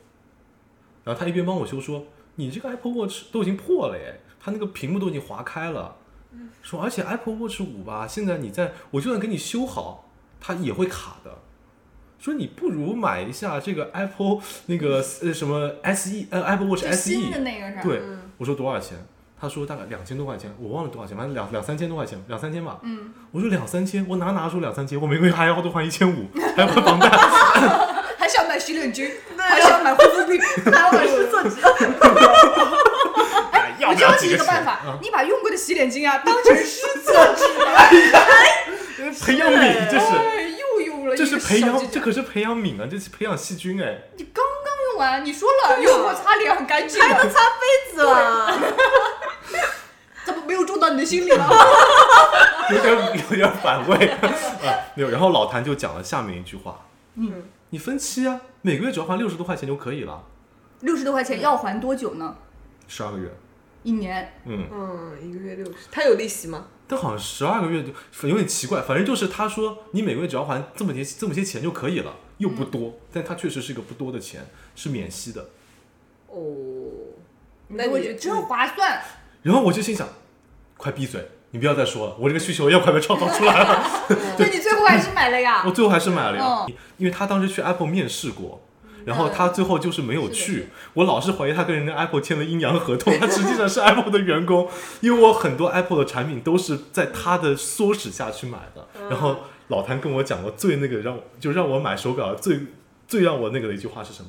C: 然后他一边帮我修说，你这个 Apple Watch 都已经破了耶，它那个屏幕都已经划开了，
B: 嗯
C: 说而且 Apple Watch 五吧，现在你在我就算给你修好，它也会卡的。说你不如买一下这个 Apple 那个呃什么 SE 呃 Apple Watch
B: 就
C: SE，
B: 新的那个是吧？
C: 对，我说多少钱？他说大概两千多块钱，我忘了多少钱，反正两两三千多块钱，两三千吧。
B: 嗯，
C: 我说两三千，我哪拿出两三千？我每个月还要多还一千五， 还要还房贷。
B: 还想买洗脸巾，还想买护肤 品，还要买湿厕纸。
C: 哎要
B: 我
C: 不了
B: 教
C: 几
B: 你一
C: 个
B: 个
C: 钱
B: 办法
C: 啊，
B: 你把用过的洗脸巾啊当成湿厕纸，
C: 培养皿，这是
B: 哎，又用了一
C: 这
B: 个
C: 是培养
B: 小，
C: 这可是培养皿啊，这是培养细菌哎。
B: 你刚刚用完，你说
C: 啊
B: 了用过擦脸很干净，还能擦，
D: 被子了，
B: 怎么没有种到你的心里 了？
C: 有点有点反 胃啊。没有，然后老谭就讲了下面一句话，
D: 嗯，
C: 你分期啊，每个月只要还六十多块钱就可以了，
B: 六十多块钱要还多久呢？
C: 十二个月，
B: 一年，
C: 嗯。
D: 嗯，一个月六十，他有利息吗？
C: 但好像十二个月就有点奇怪，反正就是他说你每个月只要还这么些这么些钱就可以了，又不多，但他确实是一个不多的钱，是免息的。
D: 哦，那
B: 那我觉得
D: 你
B: 真 划算。
C: 然后我就心想，快闭嘴，你不要再说了，我这个需求要快被创造出来了。
B: 所以你最后还是买了呀
C: 我？最后还是买了呀，因为他当时去 Apple 面试过，然后他最后就是没有
B: 是
C: 去。我老是怀疑他跟人家 Apple 签了阴阳合同，他实际上是 Apple 的员工，因为我很多 Apple 的产品都是在他的唆使下去买的。
B: 嗯
C: 然后老谭跟我讲过最那个让我就让我买手表最最让我那个的一句话是什么？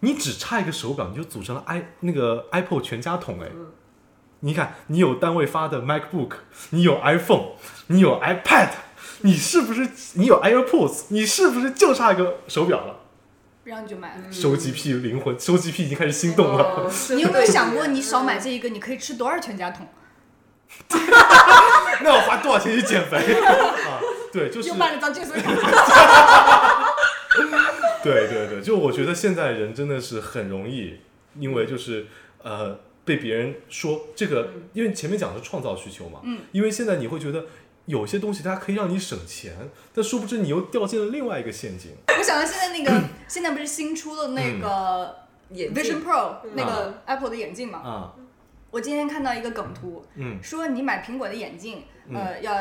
C: 你只差一个手表，你就组成了 i 那个 Apple 全家桶哎。
B: 嗯
C: 你看，你有单位发的 MacBook，你有 iPhone，你有 iPad，你是不是你有 AirPods？你是不是就差一个手表了？
B: 然后你就买了。
C: 收集癖灵魂，收集癖已经开始心动了。
D: 哦
B: 你有没有想过，你少买这一个，你可以吃多少全家桶？
C: 那我花多少钱 去减肥啊？对，就是
B: 又办了张健身卡。
C: 对对对，就我觉得现在人真的是很容易，因为就是呃被别人说这个，因为前面讲的是创造需求嘛，
B: 嗯，
C: 因为现在你会觉得有些东西它可以让你省钱，但殊不知你又掉进了另外一个陷阱。
B: 我想到现在那个， 现在不是新出的那个
D: 眼镜
B: Vision Pro 那
C: 嗯
B: 个 Apple 的眼镜嘛？
C: 啊，
B: 我今天看到一个梗图，
C: 嗯
B: 说你买苹果的眼镜，呃，要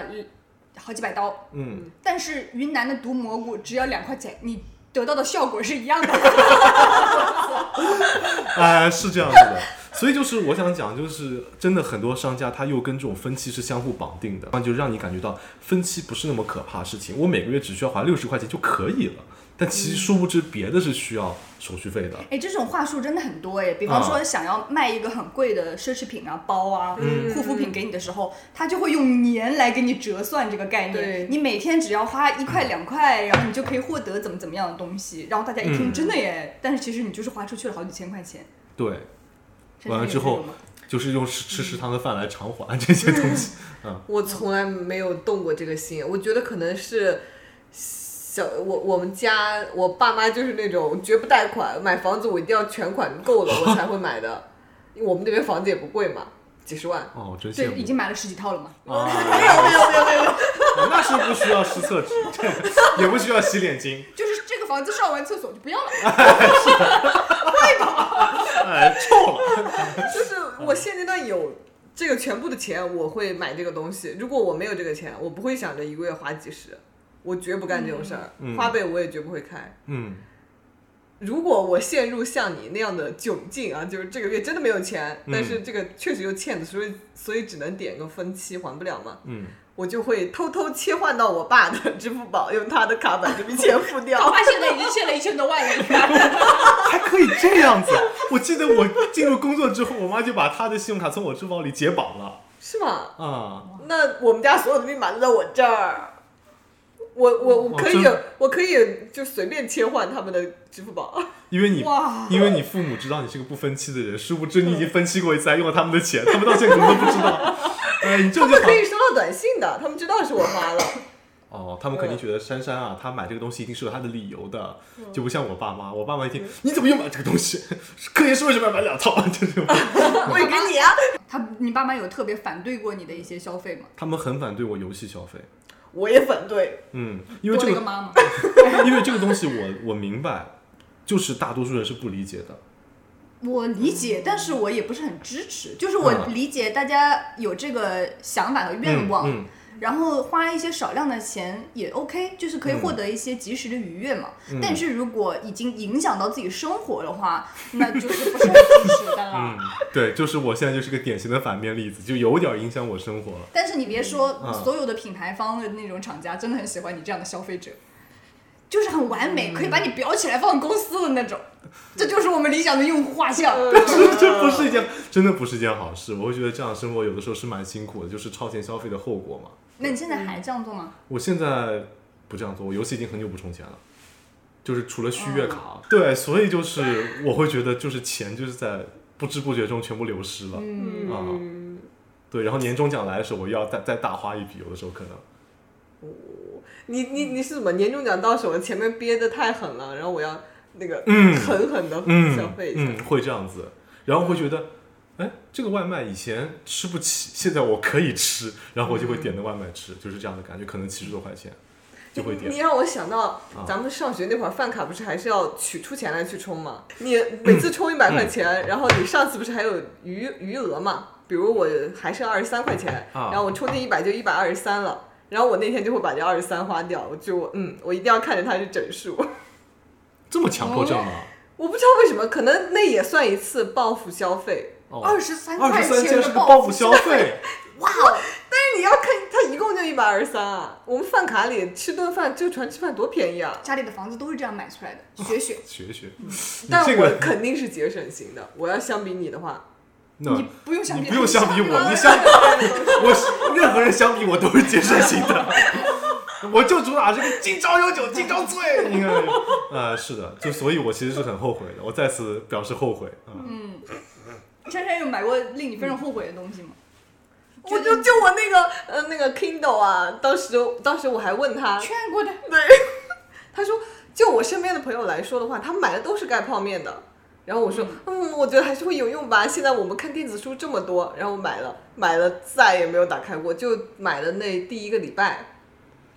B: 好几百刀，
C: 嗯，
B: 但是云南的毒蘑菇只要两块钱，你得到的效果是一样的。
C: 哎、是这样子的。所以就是我想讲，就是真的很多商家他又跟这种分期是相互绑定的，那就让你感觉到分期不是那么可怕的事情，我每个月只需要还六十块钱就可以了。但其实殊不
D: 嗯
C: 知别的是需要手续费的。
B: 哎，这种话术真的很多哎，比方说想要卖一个很贵的奢侈品啊、包啊、
D: 嗯
B: 护肤品给你的时候，他就会用年来给你折算这个概
D: 对
B: 念，你每天只要花一块两块，啊然后你就可以获得怎么怎么样的东西，然后大家一听
C: 嗯
B: 真的耶，但是其实你就是花出去了好几千块钱。
C: 对，
B: 真的
C: 完了
B: 有
C: 之
B: 这
C: 后
B: 种吗
C: 就是用吃吃食堂的饭来偿还这些东西。
D: 我从来没有动过这个心，我觉得可能是小我我们家我爸妈就是那种绝不贷款，买房子我一定要全款够了我才会买的。我们那边房子也不贵嘛，几十万。
C: 哦，真羡
B: 对，已
C: 慕
B: 经买了十几套了嘛。
C: 啊！
D: 没有没有没有 没有，
C: 那是不需要湿厕纸， 也不需要洗脸巾，
B: 就是这个房子上完厕所就不要 了，
C: 哎，臭了。
D: 就是我现阶段有这个全部的钱，我会买这个东西。如果我没有这个钱，我不会想着一个月花几十，我绝不干这种事儿，
C: 嗯
D: 花呗我也绝不会开。
C: 嗯，
D: 如果我陷入像你那样的窘境啊，就是这个月真的没有钱，
C: 嗯
D: 但是这个确实又欠的，所以所以只能点个分期还不了嘛，
C: 嗯，
D: 我就会偷偷切换到我爸的支付宝，用他的卡把这笔钱付 掉。
B: 他现在已经欠了一千多万 了。
C: 还可以这样子。我记得我进入工作之后，我妈就把她的信用卡从我支付宝里解绑了。
D: 是吗？
C: 啊、
D: 那我们家所有的密码都在我这儿，我我我
C: 哦
D: 可以
C: 真
D: 我可以就随便切换他们的支付 宝。
C: 因为你
B: 哇，
C: 因为你父母知道你是个不分期的人，殊不知你已经分期过一次，还用了他们的钱，他们到现在可能都不知道。哎，你这
D: 他
C: 就
D: 们
C: 好
D: 可。以收到短信的，他们知道是我 花了。
C: 哦，他们肯定觉得珊珊啊，她买这个东西一定是有她的理由的，
B: 嗯
C: 就不像我爸妈，我爸妈一听你怎么又买这个东西，科研是为什么要买两套？ 这种，
D: 我也给你啊！
B: 他，你爸妈有特别反对过你的一些消费吗？
C: 他们很反对我游戏消费，
D: 我也反对。
C: 嗯，因为这
B: 多了
C: 个
B: 个妈妈，
C: 因为这个东西我我明白，就是大多数人是不理解的。
B: 我理解，但是我也不是很支持。就是我
C: 嗯
B: 理解大家有这个想法和愿望，
C: 嗯
B: 然后花一些少量的钱也 OK，就是可以获得一些及时的愉悦嘛。
C: 嗯
B: 但是如果已经影响到自己生活的话，那就是不是很支持的
C: 嗯
B: 啦。
C: 嗯，对，就是我现在就是个典型的反面例子，就有点影响我生活了。
B: 但是你别说，
C: 嗯
B: 所有的品牌方的那种厂家真的很喜欢你这样的消费者，就是很完美，可以把你裱起来放公司的那种，这就是我们理想的用户画像。
C: 这这不是一件，真的不是一件好事。我会觉得这样生活有的时候是蛮辛苦的，就是超前消费的后果嘛。
B: 那你现在还这样做吗？
C: 我现在不这样做，我游戏已经很久不充钱了，就是除了续月卡，对，所以就是我会觉得就是钱就是在不知不觉中全部流失了，
B: 嗯
C: 啊
D: 嗯，
C: 对，然后年终奖来的时候，我又要再再大花一笔，有的时候可能
D: 你你你是什么年终奖到手了，前面憋得太狠了，然后我要那个
C: 嗯
D: 狠狠的消
C: 嗯
D: 费一下。
C: 嗯会这样子，然后会觉得。哎，这个外卖以前吃不起，现在我可以吃，然后我就会点的外卖吃，就是这样的感觉，可能七十多块钱就会点
D: 你。让我想到
C: 啊
D: 咱们上学那会儿，饭卡不是还是要取出钱来去充吗？你每次充一百块
C: 嗯
D: 钱，然后你上次不是还有余余额嘛？比如我还剩二十三块钱，
C: 啊
D: 然后我充进一百就一百二十三了。然后我那天就会把这二十三花掉，我就嗯，我一定要看着它是整数。
C: 这么强迫症吗？
D: 我不知道为什么，可能那也算一次报复消费。
C: 哦，
B: 二十三
C: 二
B: 块
C: 十三
B: 钱
C: 竟然
B: 的
C: 是个报复
B: 复
C: 消费，
B: 哇哦！
D: 但是你要看，它一共就一百二十三啊！我们饭卡里吃顿饭，这个传吃饭多便宜啊！
B: 家里的房子都是这样买出来 的，学学。
C: 学学。你
D: 但
C: 这
D: 我
C: 个，
D: 肯定是节省型的。我要相比你的话，
C: 那
B: 你不用相比，
C: 你不用相 比我，你相比我是任何人相比我都是接受型的。 我就主打这个今朝有酒今朝醉，你看，呃，是的，就所以，我其实是很后悔的，我再次表示后悔啊、
B: 珊珊有买过令你非常后悔的东西吗？
D: 我就就我那个呃那个 Kindle 啊，当时当时我还问他，
B: 劝过
C: 嗯
B: 的，
D: 对，他说就我身边的朋友来说的话，他买的都是盖泡面的。然后我说，嗯，我觉得还是会有用吧。现在我们看电子书这么多，然后我买了，买了再也没有打开过，就买的那第一个礼拜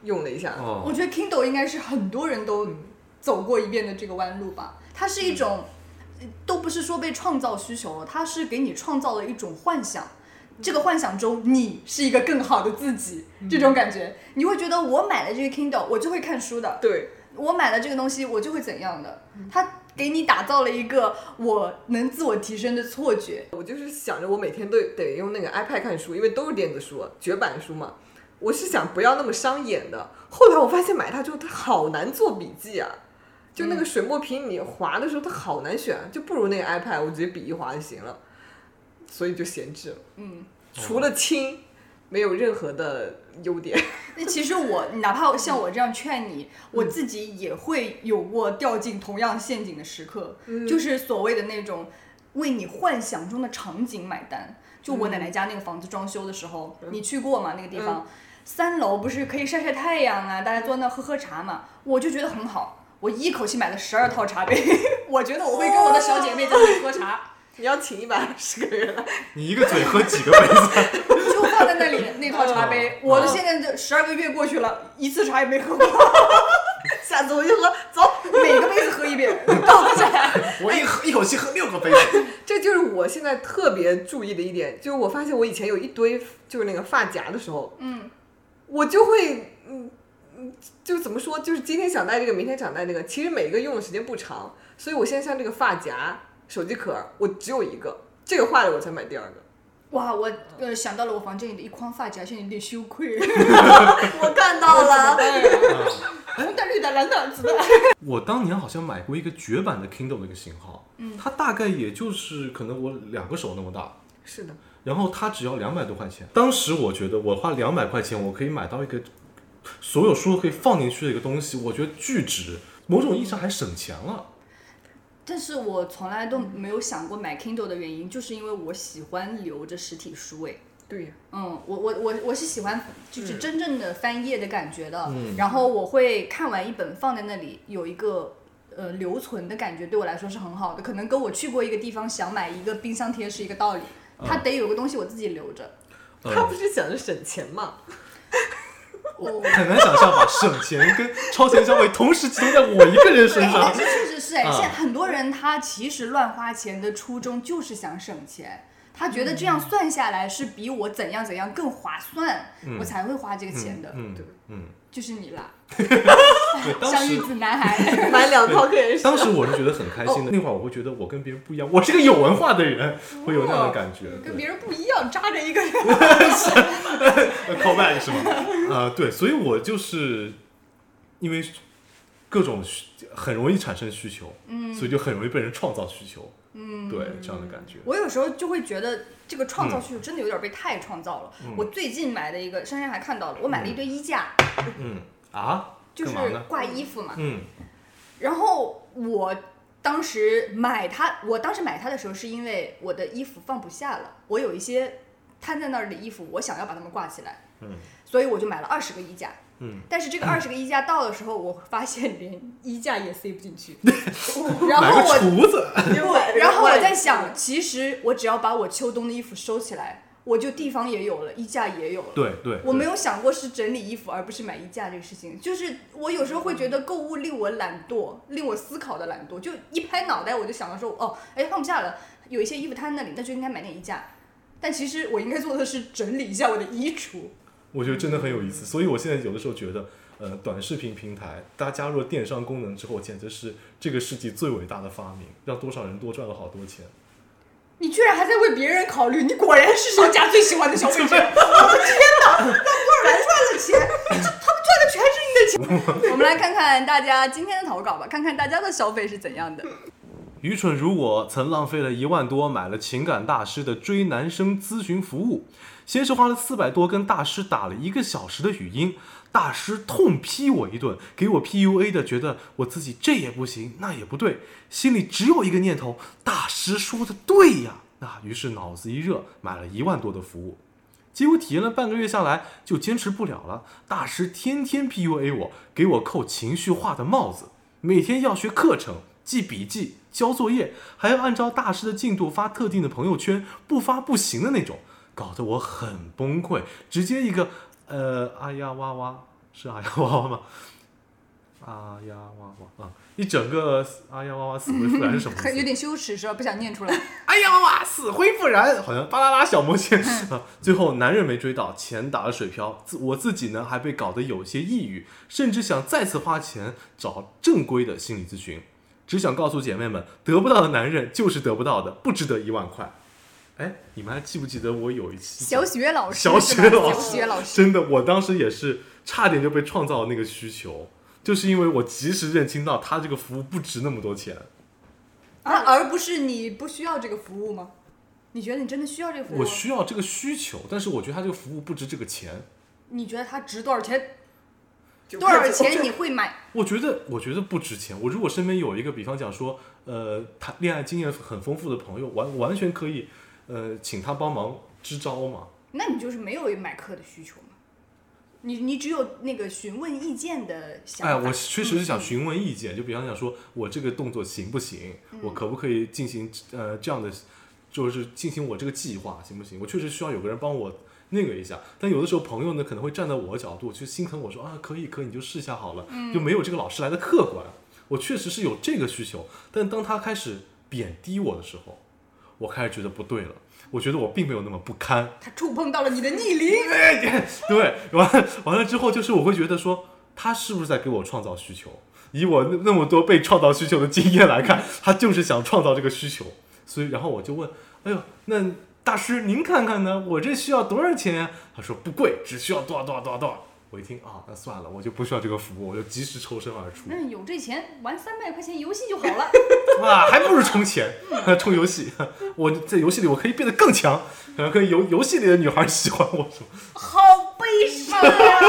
D: 用了一下。
B: 我
C: 哦，
B: 觉得 Kindle 应该是很多人都走过一遍的这个弯路吧。它是一种，呃都不是说被创造需求，它是给你创造了一种幻想。这个幻想中，你是一个更好的自己，这种感觉，你会觉得我买了这个 Kindle，我就会看书的，
D: 对，
B: 我买了这个东西，我就会怎样的？它给你打造了一个我能自我提升的错觉。
D: 我就是想着我每天都得用那个 iPad 看书，因为都是电子书，绝版书嘛。我是想不要那么伤眼的。后来我发现买它之后，它好难做笔记啊。就那个水墨屏，你划的时候它好难选，啊就不如那个 iPad，我直接笔一划就行了。所以就闲置了。
B: 嗯，
D: 除了轻，没有任何的优点。
B: 那其实我，哪怕像我这样劝你，我自己也会有过掉进同样陷阱的时刻，就是所谓的那种为你幻想中的场景买单。就我奶奶家那个房子装修的时候，你去过吗？那个地方，三楼不是可以晒晒太阳啊，大家坐那喝喝茶嘛，我就觉得很好。我一口气买了十二套茶杯， 我觉得我会跟我的小姐妹在那里喝茶。
D: 你要请一百二十个人来，啊
C: 你一个嘴喝几个杯子？
B: 就放在那里那套茶杯，我的现在这十二个月过去了，一次茶也没喝过，
D: 下次我就喝。走，
B: 每个杯子喝一遍，倒下来。
C: 我一喝一口气喝六个杯子。
D: 这就是我现在特别注意的一点，就是我发现我以前有一堆就是那个发夹的时候，
B: 嗯，
D: 我就会嗯嗯，就怎么说，就是今天想戴这个，明天想戴那个，其实每一个用的时间不长，所以我现在像这个发夹、手机壳，我只有一个，这个坏了我才买第二个。
B: 哇，我呃想到了我房间里的一筐发夹，现在有点羞愧。
D: 我看到了，
B: 红的、绿的、蓝的、紫的。
C: 我当年好像买过一个绝版的 Kindle 的一个型号，
B: 嗯
C: 它大概也就是可能我两个手那么大，
D: 是的，
C: 然后它只要两百多块钱。当时我觉得我花两百块钱，我可以买到一个所有书都可以放进去的一个东西，我觉得巨值。某种意义上还省钱了。
B: 但是我从来都没有想过买 Kindle 的原因，就是因为我喜欢留着实体书诶。
D: 对呀、
B: 嗯，我我我我是喜欢
C: 嗯
B: 就是真正的翻页的感觉的，然后我会看完一本放在那里，有一个呃留存的感觉，对我来说是很好的。可能跟我去过一个地方想买一个冰箱贴是一个道理，
C: 嗯
B: 它得有个东西我自己留着。
D: 他不是想着省钱嘛？
B: 哦，
C: 很难想象把省钱跟超前消费同时集中在我一个人身上
B: 但。是确实是哎，
C: 啊
B: 现在很多人他其实乱花钱的初衷就是想省钱，他觉得这
C: 嗯
B: 样算下来是比我怎样怎样更划算，我才会花这个钱的，
C: 嗯
D: 对
C: 嗯，
B: 就是你啦，
C: 对，当
B: 像玉
C: 时
B: 子男孩，
D: 买两套可以
C: 当时我是觉得很开
B: 哦
C: 心的。那会儿我会觉得我跟别人不一样，我是个有文化的人，会有那样的感觉。
B: 哦跟
C: 对
B: 别人不一样，扎着一个人。
C: 呃 callback 是吗？ 啊、对，所以我就是因为各种需很容易产生需求，嗯，所以就很容易被人创造需求，嗯，对，这样的感觉。
B: 我有时候就会觉得这个
C: 嗯
B: 创造需求真的有点被太创造了。我最近买的一个，珊珊还看到了，我买了一堆衣架，
C: 嗯啊，
B: 就
C: 干
B: 是
C: 嘛呢？
B: 挂衣服嘛。
C: 嗯
B: 然后我当时买它，我当时买它的时候是因为我的衣服放不下了，我有一些摊在那儿的衣服，我想要把它们挂起来，
C: 嗯
B: 所以我就买了二十个衣架。
C: 嗯，
B: 但是这个二十个衣架到的时候，我发现连衣架也塞不进 去，然
C: 买
B: 后
C: 个
B: 我
C: 厨子，
D: 对
B: 然后我在想，其实我只要把我秋冬的衣服收起来，我就地方也有了，衣架也有了。
C: 对对，
B: 我
C: 对
B: 没有想过是整理衣服，而不是买衣架这个事情。就是我有时候会觉得购物令我懒惰，令我思考的懒惰。就一拍脑袋我就想到说，哦，哎，放不下了，有一些衣服摊那里，那就应该买点衣架。但其实我应该做的是整理一下我的衣橱。
C: 我觉得真的很有意思，所以我现在有的时候觉得，呃，短视频平台它加入了电商功能之后，简直是这个世纪最伟大的发明，让多少人多赚了好多钱。
B: 你居然还在为别人考虑，你果然是商家最喜欢的消费者。我的天哪，那不尔然赚了钱，这他们赚的全是你的 钱。我们来看看大家今天的投稿吧，看看大家的消费是怎样的。
C: 愚蠢如我，曾浪费了一万多买了情感大师的追男生咨询服务，先是花了四百多跟大师打了一个小时的语音，大师痛批我一顿，给我 PUA 的觉得我自己这也不行那也不对，心里只有一个念头，大师说的对呀，那于是脑子一热买了一万多的服务，结果体验了半个月下来就坚持不了了，大师天天 PUA 我，给我扣情绪化的帽子，每天要学课程、记笔记、交作业，还要按照大师的进度发特定的朋友圈，不发不行的那种，搞得我很崩溃，直接一个呃啊呀哇哇是啊呀哇哇吗？啊呀哇哇啊！一整个啊呀哇哇死灰复燃是什么意思？
B: 很有点羞耻是吧？不想念出 来。
C: 哎呀哇，死灰复燃，好像巴啦啦小魔仙啊！最后男人没追到，钱打了水漂，自我自己呢还被搞得有些抑郁，甚至想再次花钱找正规的心理咨询，只想告诉姐妹们，得不到的男人就是得不到的，不值得一万块。哎，你们还记不记得我有一期
B: 小雪老师，
C: 小
B: 是吧
C: 雪老
B: 小雪老师，
C: 真的，我当时也是差点就被创造那个需求，就是因为我及时认清到他这个服务不值那么多钱。
B: 那啊而不是你不需要这个服务吗？你觉得你真的需要这个服务
C: 我
B: 吗？
C: 需要这个需求，但是我觉得他这个服务不值这个钱。
B: 你觉得它值多少钱？
D: 就
B: 多少 钱你会买？
C: 我觉得，我觉得不值钱。我如果身边有一个，比方讲说，呃，谈恋爱经验很丰富的朋友，完完全可以，呃，请他帮忙支招嘛。
B: 那你就是没有买课的需求嘛？你你只有那个询问意见的想
C: 哎，
B: 法。嗯
C: 我确实是想询问意见，就比方讲说，我这个动作行不行？我
B: 嗯
C: 可不可以进行呃这样的，就是进行我这个计划行不行？我确实需要有个人帮我那个一下。但有的时候朋友呢，可能会站在我的角度去心疼我说啊，可以可以，你就试一下好了，
B: 嗯
C: 就没有这个老师来的客观。我确实是有这个需求，但当他开始贬低我的时候，我开始觉得不对了。我觉得我并没有那么不堪，
B: 它触碰到了你的逆鳞。
C: 对，完了完了之后，就是我会觉得说，他是不是在给我创造需求？以我那那么多被创造需求的经验来看，他就是想创造这个需求。所以，然后我就问，哎呦，那大师您看看呢，我这需要多少钱呀、他说不贵，只需要多少多少多少多少。我一听啊，那算了，我就不需要这个服务，我就及时抽身而 出。
B: 那有这钱，玩三百块钱游戏就好 了。
C: 哇，啊还不如充钱，充游戏。我在游戏里我可以变得更强，可能可以游游戏里的女孩喜欢我什么。
B: 好悲伤啊呀、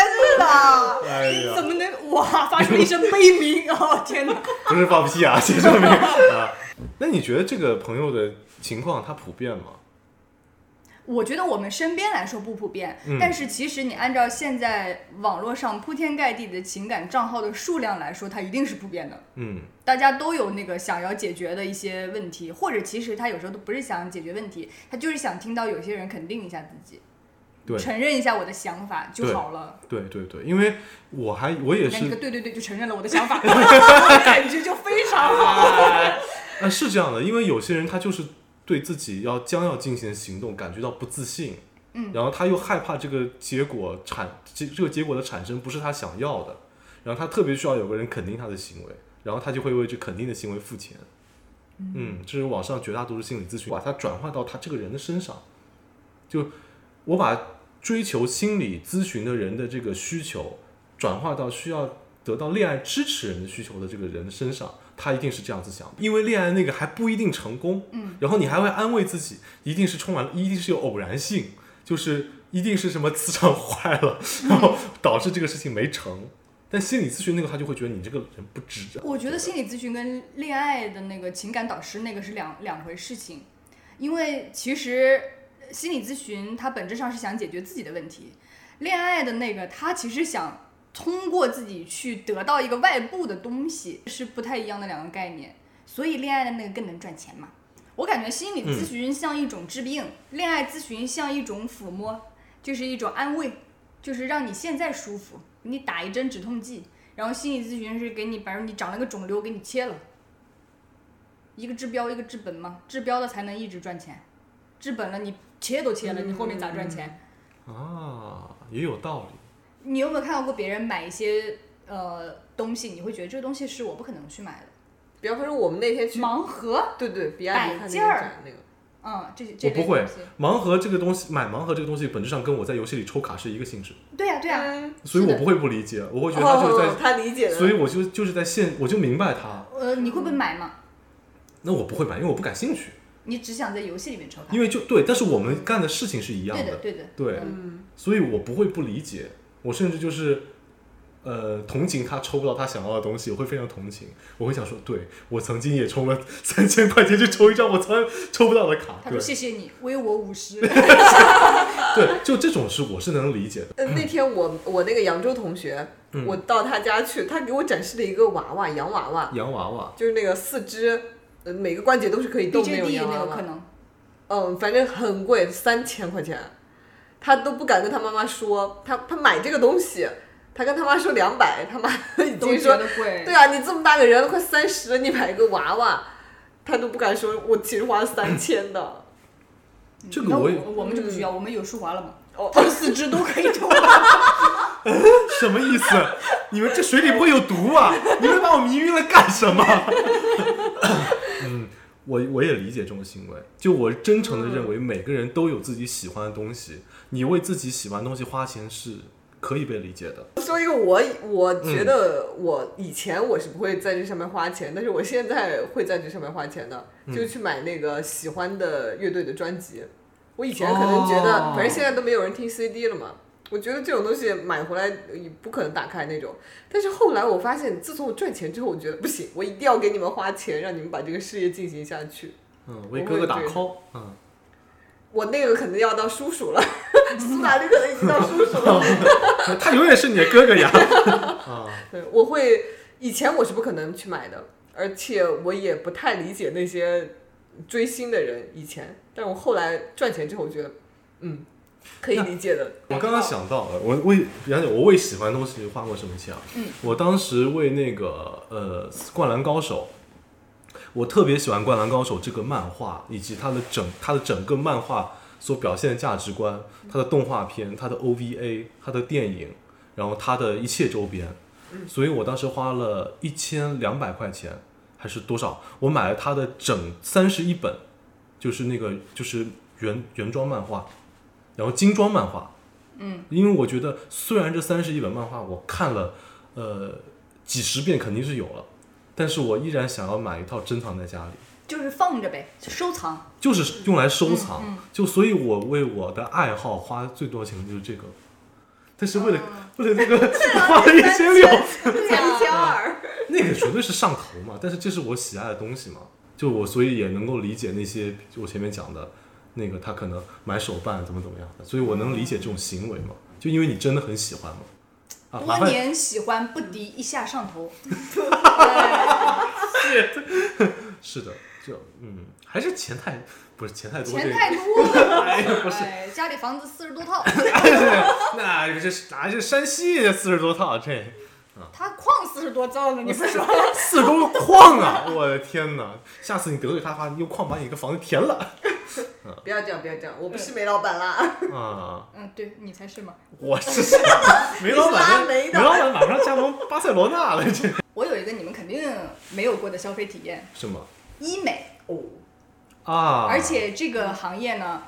B: 天
C: 哎
B: 哪！
C: 呀，
B: 怎么能哇？发出了一声悲鸣！哦，天哪！
C: 不是放屁啊， 请证明啊。那你觉得这个朋友的情况他普遍吗？
B: 我觉得我们身边来说不普遍，
C: 嗯
B: 但是其实你按照现在网络上铺天盖地的情感账号的数量来说，它一定是普遍的。
C: 嗯
B: 大家都有那个想要解决的一些问题，或者其实他有时候都不是想解决问题，他就是想听到有些人肯定一下自己。
C: 对
B: 承认一下我的想法就好了。
C: 对对对，因为我还我也
B: 那你个
C: 是，
B: 对对对，就承认了我的想法，我感觉就非常好。
C: 呃，是这样的，因为有些人他就是对自己要将要进行的行动感觉到不自信，嗯，然后他又害怕这个结果产这这个结果的产生不是他想要的，然后他特别需要有个人肯定他的行为，然后他就会为这肯定的行为付钱。嗯，这是网上绝大多数心理咨询，把它转化到他这个人的身上。就我把追求心理咨询的人的这个需求，转化到需要得到恋爱支持人的需求的这个人身上，他一定是这样子想，因为恋爱那个还不一定成功，嗯，然后你还会安慰自己，一定是充满了，一定是有偶然性，就是一定是什么磁场坏了，然后导致这个事情没成。但心理咨询那个他就会觉得你这个人不值。
B: 我觉得心理咨询跟恋爱的那个情感导师那个是两两回事情，因为其实心理咨询它本质上是想解决自己的问题，恋爱的那个他其实想通过自己去得到一个外部的东西，是不太一样的两个概念。所以恋爱的那个更能赚钱嘛？我感觉心理咨询像一种治病，恋爱咨询像一种抚摸，就是一种安慰，就是让你现在舒服，你打一针止痛剂，然后心理咨询是给你，比如你长了个肿瘤，给你切了，一个治标，一个治本嘛，治标的才能一直赚钱，治本了你切都切了，你后面咋赚钱？
C: 啊，也有道理。
B: 你有没有看到过别人买一些呃东西，你会觉得这个东西是我不可能去买的？
D: 比方说我们那天去，
B: 盲盒，
D: 对对，比亚迪看
B: 摆
D: 那个
B: 件儿
D: 展那个，
B: 嗯，这这
C: 我
B: 类
C: 不会
B: 东西
C: 盲盒这个东西，买盲盒这个东西本质上跟我在游戏里抽卡是一个性质，
B: 对呀、对啊呀、
D: 嗯
C: 所以
B: 是的
C: 我不会不理解，我会觉得他就是
D: 哦
C: 在，，
D: 他理解了，
C: 所以我就就是在现，我就明白他。
B: 呃，你会不会买嘛？
C: 那我不会买，因为我不感兴趣，
B: 你只想在游戏里面抽卡。
C: 因为就对，但是我们干的事情是一样
B: 对
C: 的，
B: 的，对的。嗯
C: 对所以我不会不理解，我甚至就是。呃，同情他抽不到他想要的东西，我会非常同情，我会想说，对我曾经也抽了三千块钱去抽一张我从来抽不到的卡，
B: 他
C: 对
B: 说谢谢你，为我五 十。
C: 对，就这种是我是能理解的，
D: 呃，那天我我那个扬州同学，
C: 嗯
D: 我到他家去，他给我展示了一个娃娃，洋娃娃，
C: 洋娃娃，
D: 就是那个四肢，呃，每个关节都是可以动那种
B: BJD
D: 洋
B: 那
D: 娃
B: 个可
D: 娃。
B: 能，
D: 嗯，反正很贵，三千块钱，他都不敢跟他妈妈说，他他买这个东西，他跟他妈说两百， 他妈已
B: 都
D: 经
B: 觉
D: 说，
B: 得贵。
D: 对啊，你这么大个人，快三十了，你买个娃娃，他都不敢说，我其实花了三千的。
C: 这
B: 嗯那
C: 个
B: 我
C: 我也
B: 我们就不需要，我们有舒华了嘛，
D: 哦，
B: 四肢都可以抽。啊
C: 什么意思？你们这水里不会有毒吧？你们把我迷晕了干什么？ 嗯，我我也理解这种行为，就我真诚的认为每个人都有自己喜欢的东西，你为自己喜欢的东西花钱是可以被理解的。
D: 说一个我，我觉得我以前我是不会在这上面花钱，但是我现在会在这上面花钱的，就去买那个喜欢的乐队的专辑。我以前可能觉得，
C: 哦
D: 反正现在都没有人听 CD 了嘛，我觉得这种东西买回来也不可能打开那种。但是后来我发现，自从我赚钱之后，我觉得不行，我一定要给你们花钱，让你们把这个事业进行下去。
C: 嗯，为哥哥打 call。嗯，
D: 我那个可能要到叔叔了，苏打绿可能已经到叔叔了。
C: 他永远是你的哥哥呀。啊，
D: 对，我会以前我是不可能去买的，而且我也不太理解那些追星的人以前，但是我后来赚钱之后，我觉得，嗯，可以理解的。
C: 我刚刚想到了，我为杨姐，我为喜欢的东西花过什么钱啊？嗯，我当时为那个呃《灌篮高手》，我特别喜欢《灌篮高手》这个漫画，以及它的整它的整个漫画所表现的价值观，它的动画片、它的 OVA、它的电影，然后它的一切周边。所以我当时花了一千两百块钱，还是多少？我买了它的整三十一本，就是那个就是原原装漫画，然后精装漫画。因为我觉得虽然这三十一本漫画我看了，呃，几十遍肯定是有了，但是我依然想要买一套珍藏在家里，
B: 就是放着呗，就收 藏。
C: 就是用来收藏。就所以，我为我的爱好花最多钱就是这个，但是为了、为了那个 花了一千六，
B: 啊
D: 一千二，
C: 那个绝对是上头嘛。但是这是我喜爱的东西嘛，就我所以也能够理解那些我前面讲的那个他可能买手办怎么怎么样的，所以我能理解这种行为嘛，就因为你真的很喜欢嘛。啊，麻
B: 多
C: 烦
B: 年喜欢不敌一下上头，
C: 是的，就嗯，还是钱太不是钱太多，
B: 钱
C: 这
B: 太多了，
C: 哎呀不是，哎
B: 哎，家里房子四十多套，
C: 那这哪这山西四十多套这。
B: 他矿四十多造 呢，你不是说？
C: 四周矿啊！我的天哪！下次你得罪他，他用矿把你个房子填了
D: 不要这样，不要这样，我不是煤老板 啦。
C: 啊！
B: 嗯，对你才是嘛。
C: 我是 煤老板，
D: 你是拉煤
C: 煤
D: 的
C: 老板马上加盟巴塞罗那了， 这
B: 我有一个你们肯定没有过的消费体验，
C: 什么
B: 医美，
D: 哦，
C: 啊？
B: 而且这个行业呢，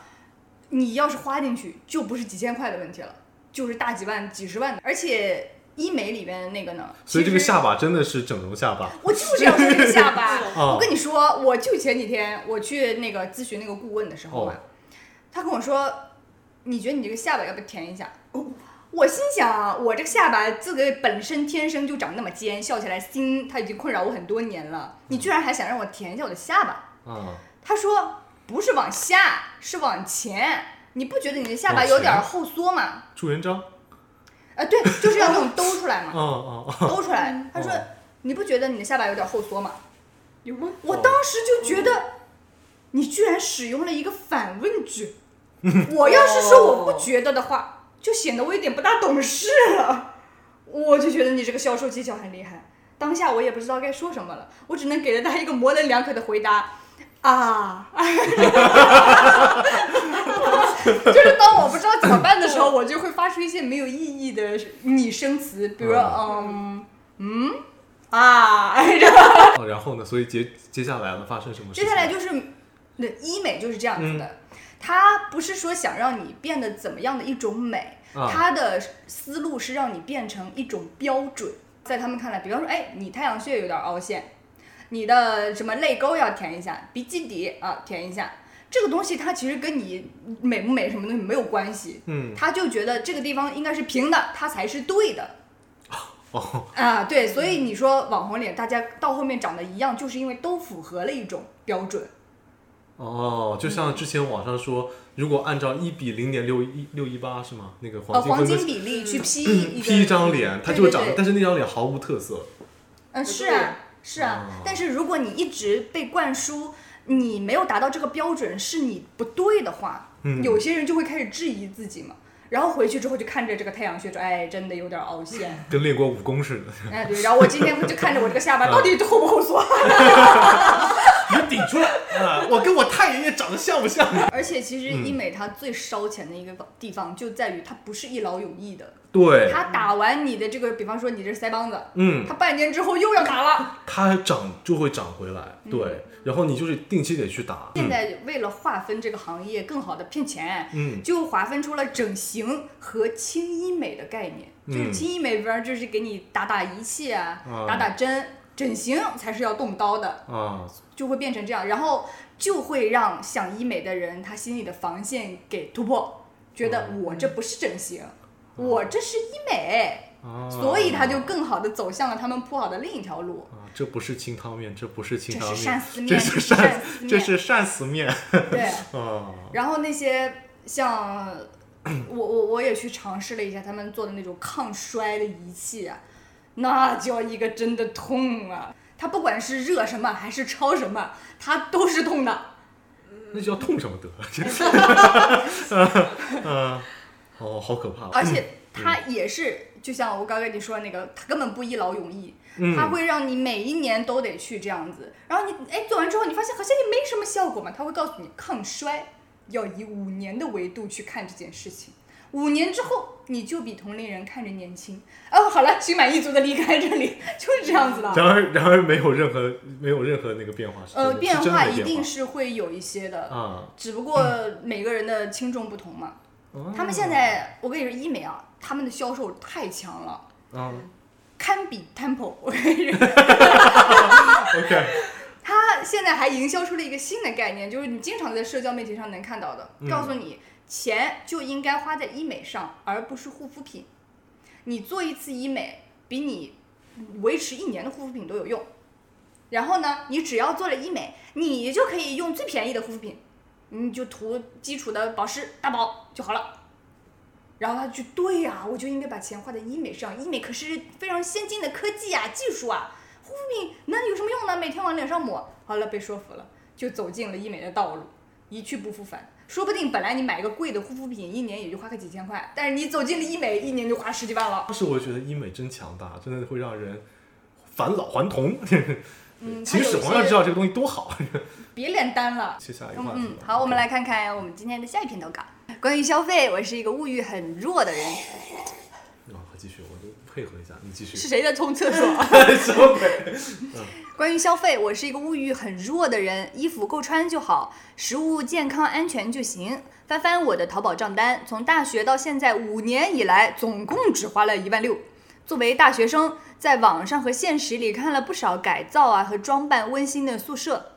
B: 你要是花进去，就不是几千块的问题了，就是大几万、几十万的。而且医美里边那个呢，
C: 所以这个
B: 其实
C: 下巴真的是整容下巴
B: 我就是要说这个下
C: 啊
B: 巴。我跟你说，我就前几天我去那个咨询那个顾问的时
C: 哦
B: 候嘛，啊他跟我说，你觉得你这个下巴要不要填一下？我心想，我这个下巴这个本身天生就长那么尖，笑起来心，它已经困扰我很多年了。你居然还想让我填一下我的下巴？
C: 啊！
B: 他说不是往下，是往前。你不觉得你的下巴有点
C: 往
B: 后缩吗？
C: 朱元璋，
B: 啊，对，就是要那种兜出来
C: 啊
B: 嘛，
C: 啊啊！
B: 兜出来。他说
C: 哦
B: 你不觉得你的下巴有点后缩吗？
D: 有吗？
B: 我当时就觉得，你居然使用了一个反问句。我要是说我不觉得的话，就显得我有点不大懂事了。我就觉得你这个销售技巧很厉害。当下我也不知道该说什么了，我只能给了他一个模棱两可的回答。啊，就是当我不知道怎么办的时候，我就会发出一些没有意义的拟声词，比如嗯嗯啊， 哎这
C: 哦然后呢？所以接接下来了，发生什么事
B: 接
C: 情？
B: 下来就是，那医美就是这样子的，它不是说想让你变得怎么样的一种美，
C: 啊
B: 它的思路是让你变成一种标准。在他们看来，比方说，哎，你太阳穴有点凹陷，你的什么泪沟要填一下，鼻基底啊填一下，这个东西它其实跟你美不美什么东西没有关系，
C: 嗯
B: 他就觉得这个地方应该是平的，它才是对的。
C: 哦
B: 啊，对，所以你说网红脸，大家到后面长得一样，就是因为都符合了一种标准。
C: 哦，就像之前网上说，如果按照一比零点六一六一八是吗？那个
B: 呃，
C: 黄金
B: 黄
C: 分割
B: 金比例去 P 一个
C: P 嗯一张脸，它就会长得
B: 对对，对
C: 但是那张脸毫无特色。
B: 嗯，是啊，是啊。
C: 哦
B: 但是如果你一直被灌输你没有达到这个标准是你不对的话，
C: 嗯
B: 有些人就会开始质疑自己嘛。然后回去之后就看着这个太阳穴说，哎，真的有点凹陷，
C: 跟练过武功似的，
B: 哎，对。然后我今天就看着我这个下巴
C: 嗯
B: 到底后不后 缩，
C: 你顶出来 啊！我跟我太爷爷长得像不像？
B: 而且其
C: 嗯
B: 实医美它最烧钱的一个地方就在于它不是一劳永逸的，
C: 对，
B: 它打完你的这个，比方说你这腮帮子，
C: 嗯，
B: 它半年之后又要打了。
C: 它长就会长回来，对，然后你就是定期得去打，
B: 嗯现在为了划分这个行业，更好的骗钱，
C: 嗯，
B: 就划分出了整形和轻医美的概念。就是
C: 嗯
B: 轻医美，比方就是给你打打仪器啊，
C: 啊
B: 打打针，整形才是要动刀的，
C: 嗯啊，
B: 就会变成这样，然后就会让想医美的人他心里的防线给突破，觉得
C: 嗯
B: 我这不是整形，我这是医美，
C: 啊
B: 所以他就更好的走向了他们铺好的另一条路。
C: 啊，这不是清汤面，这不是清
B: 这
C: 汤
B: 是鳝，
C: 面
B: 丝面，
C: 这
B: 是
C: 是
B: 鳝
C: 鳝，
B: 丝面，
C: 这是鳝丝面
B: 对。
C: 啊，
B: 然后那些像我我我也去尝试了一下他们做的那种抗衰的仪器啊，那叫一个真的痛啊！它不管是热什么还是超什么，它都是痛的。
C: 那叫痛什么得？ 这 啊，哦，好可怕！
B: 而且它也是，就像我刚跟你说的那个，它根本不一劳永逸，
C: 嗯
B: 它会让你每一年都得去这样子。然后你哎做完之后，你发现好像也没什么效果嘛，它会告诉你抗衰要以五年的维度去看这件事情。五年之后，你就比同龄人看着年轻。哦，好了，心满意足的离开这里， 就是这样子的。
C: 然而，然而没有任何没有任何那个变化，是真
B: 呃，
C: 的
B: 变
C: 是真的
B: 化
C: 没
B: 一定
C: 化
B: 是会有一些的，
C: 啊，
B: 只不过每个人的轻重不同嘛。
C: 哦
B: 他们现在，我跟你说，医美啊，他们的销售太强了。
C: 啊
B: 堪比 Temple，我 跟你说，
C: ，OK，
B: 它现在还营销出了一个新的概念，就是你经常在社交媒体上能看到的，告诉你钱就应该花在医美上，而不是护肤品。你做一次医美，比你维持一年的护肤品都有用。然后呢，你只要做了医美，你就可以用最便宜的护肤品，你就涂基础的保湿大宝就好了。然后他就对呀、我就应该把钱花在医美上，医美可是非常先进的科技啊、技术啊，护肤品那有什么用呢？每天往脸上抹，好了，被说服了，就走进了医美的道路。一去不复返。说不定本来你买一个贵的护肤品，一年也就花个几千块，但是你走进了医美，一年就花十几万了。
C: 当时我就觉得医美真强大，真的会让人返老还童。
B: 嗯，它
C: 秦始
B: 有
C: 皇要知
B: 些
C: 道这个东西多好。
B: 别脸单了。
C: 切下一个
B: 嗯
C: 话题
B: 嗯
C: 吧，
B: 好，我们来看看我们今天的下一篇投稿。关于消费，我是一个物欲很弱的人。
C: 啊，继续，我就配合一下，你继续。
D: 谁在冲厕所？
C: 什么鬼？
B: 关于消费，我是一个物欲很弱的人，衣服够穿就好，食物健康安全就行。翻翻我的淘宝账单，从大学到现在五年以来，总共只花了一万六。作为大学生，在网上和现实里看了不少改造啊和装扮温馨的宿舍，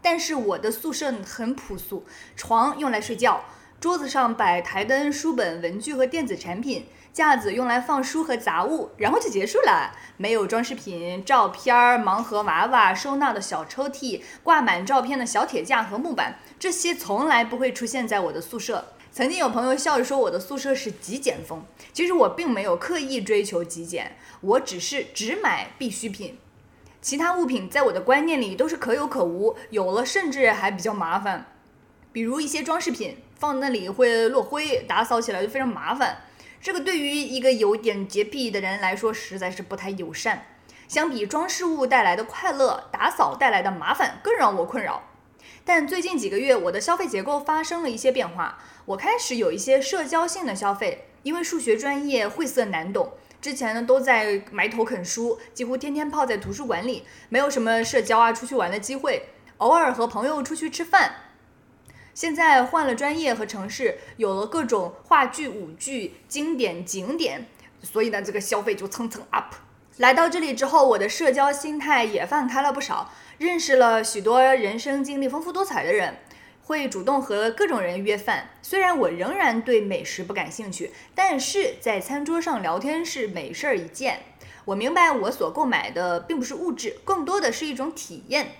B: 但是我的宿舍很朴素，床用来睡觉，桌子上摆台灯、书本、文具和电子产品，架子用来放书和杂物，然后就结束了。没有装饰品、照片儿、盲盒娃娃、收纳的小抽屉、挂满照片的小铁架和木板，这些从来不会出现在我的宿舍。曾经有朋友笑着说我的宿舍是极简风，其实我并没有刻意追求极简，我只是只买必需品，其他物品在我的观念里都是可有可无，有了甚至还比较麻烦。比如一些装饰品放那里会落灰，打扫起来就非常麻烦。这个对于一个有点洁癖的人来说，实在是不太友善。相比装饰物带来的快乐，打扫带来的麻烦更让我困扰。但最近几个月，我的消费结构发生了一些变化，我开始有一些社交性的消费，因为数学专业晦涩难懂。之前呢都在埋头啃书，几乎天天泡在图书馆里，没有什么社交啊、出去玩的机会，偶尔和朋友出去吃饭，现在换了专业和城市，有了各种话剧、舞剧、经典景点，所以呢，这个消费就蹭蹭 up。来到这里之后，我的社交心态也放开了不少，认识了许多人生经历丰富多彩的人，会主动和各种人约饭。虽然我仍然对美食不感兴趣，但是在餐桌上聊天是美事儿一件。我明白我所购买的并不是物质，更多的是一种体验。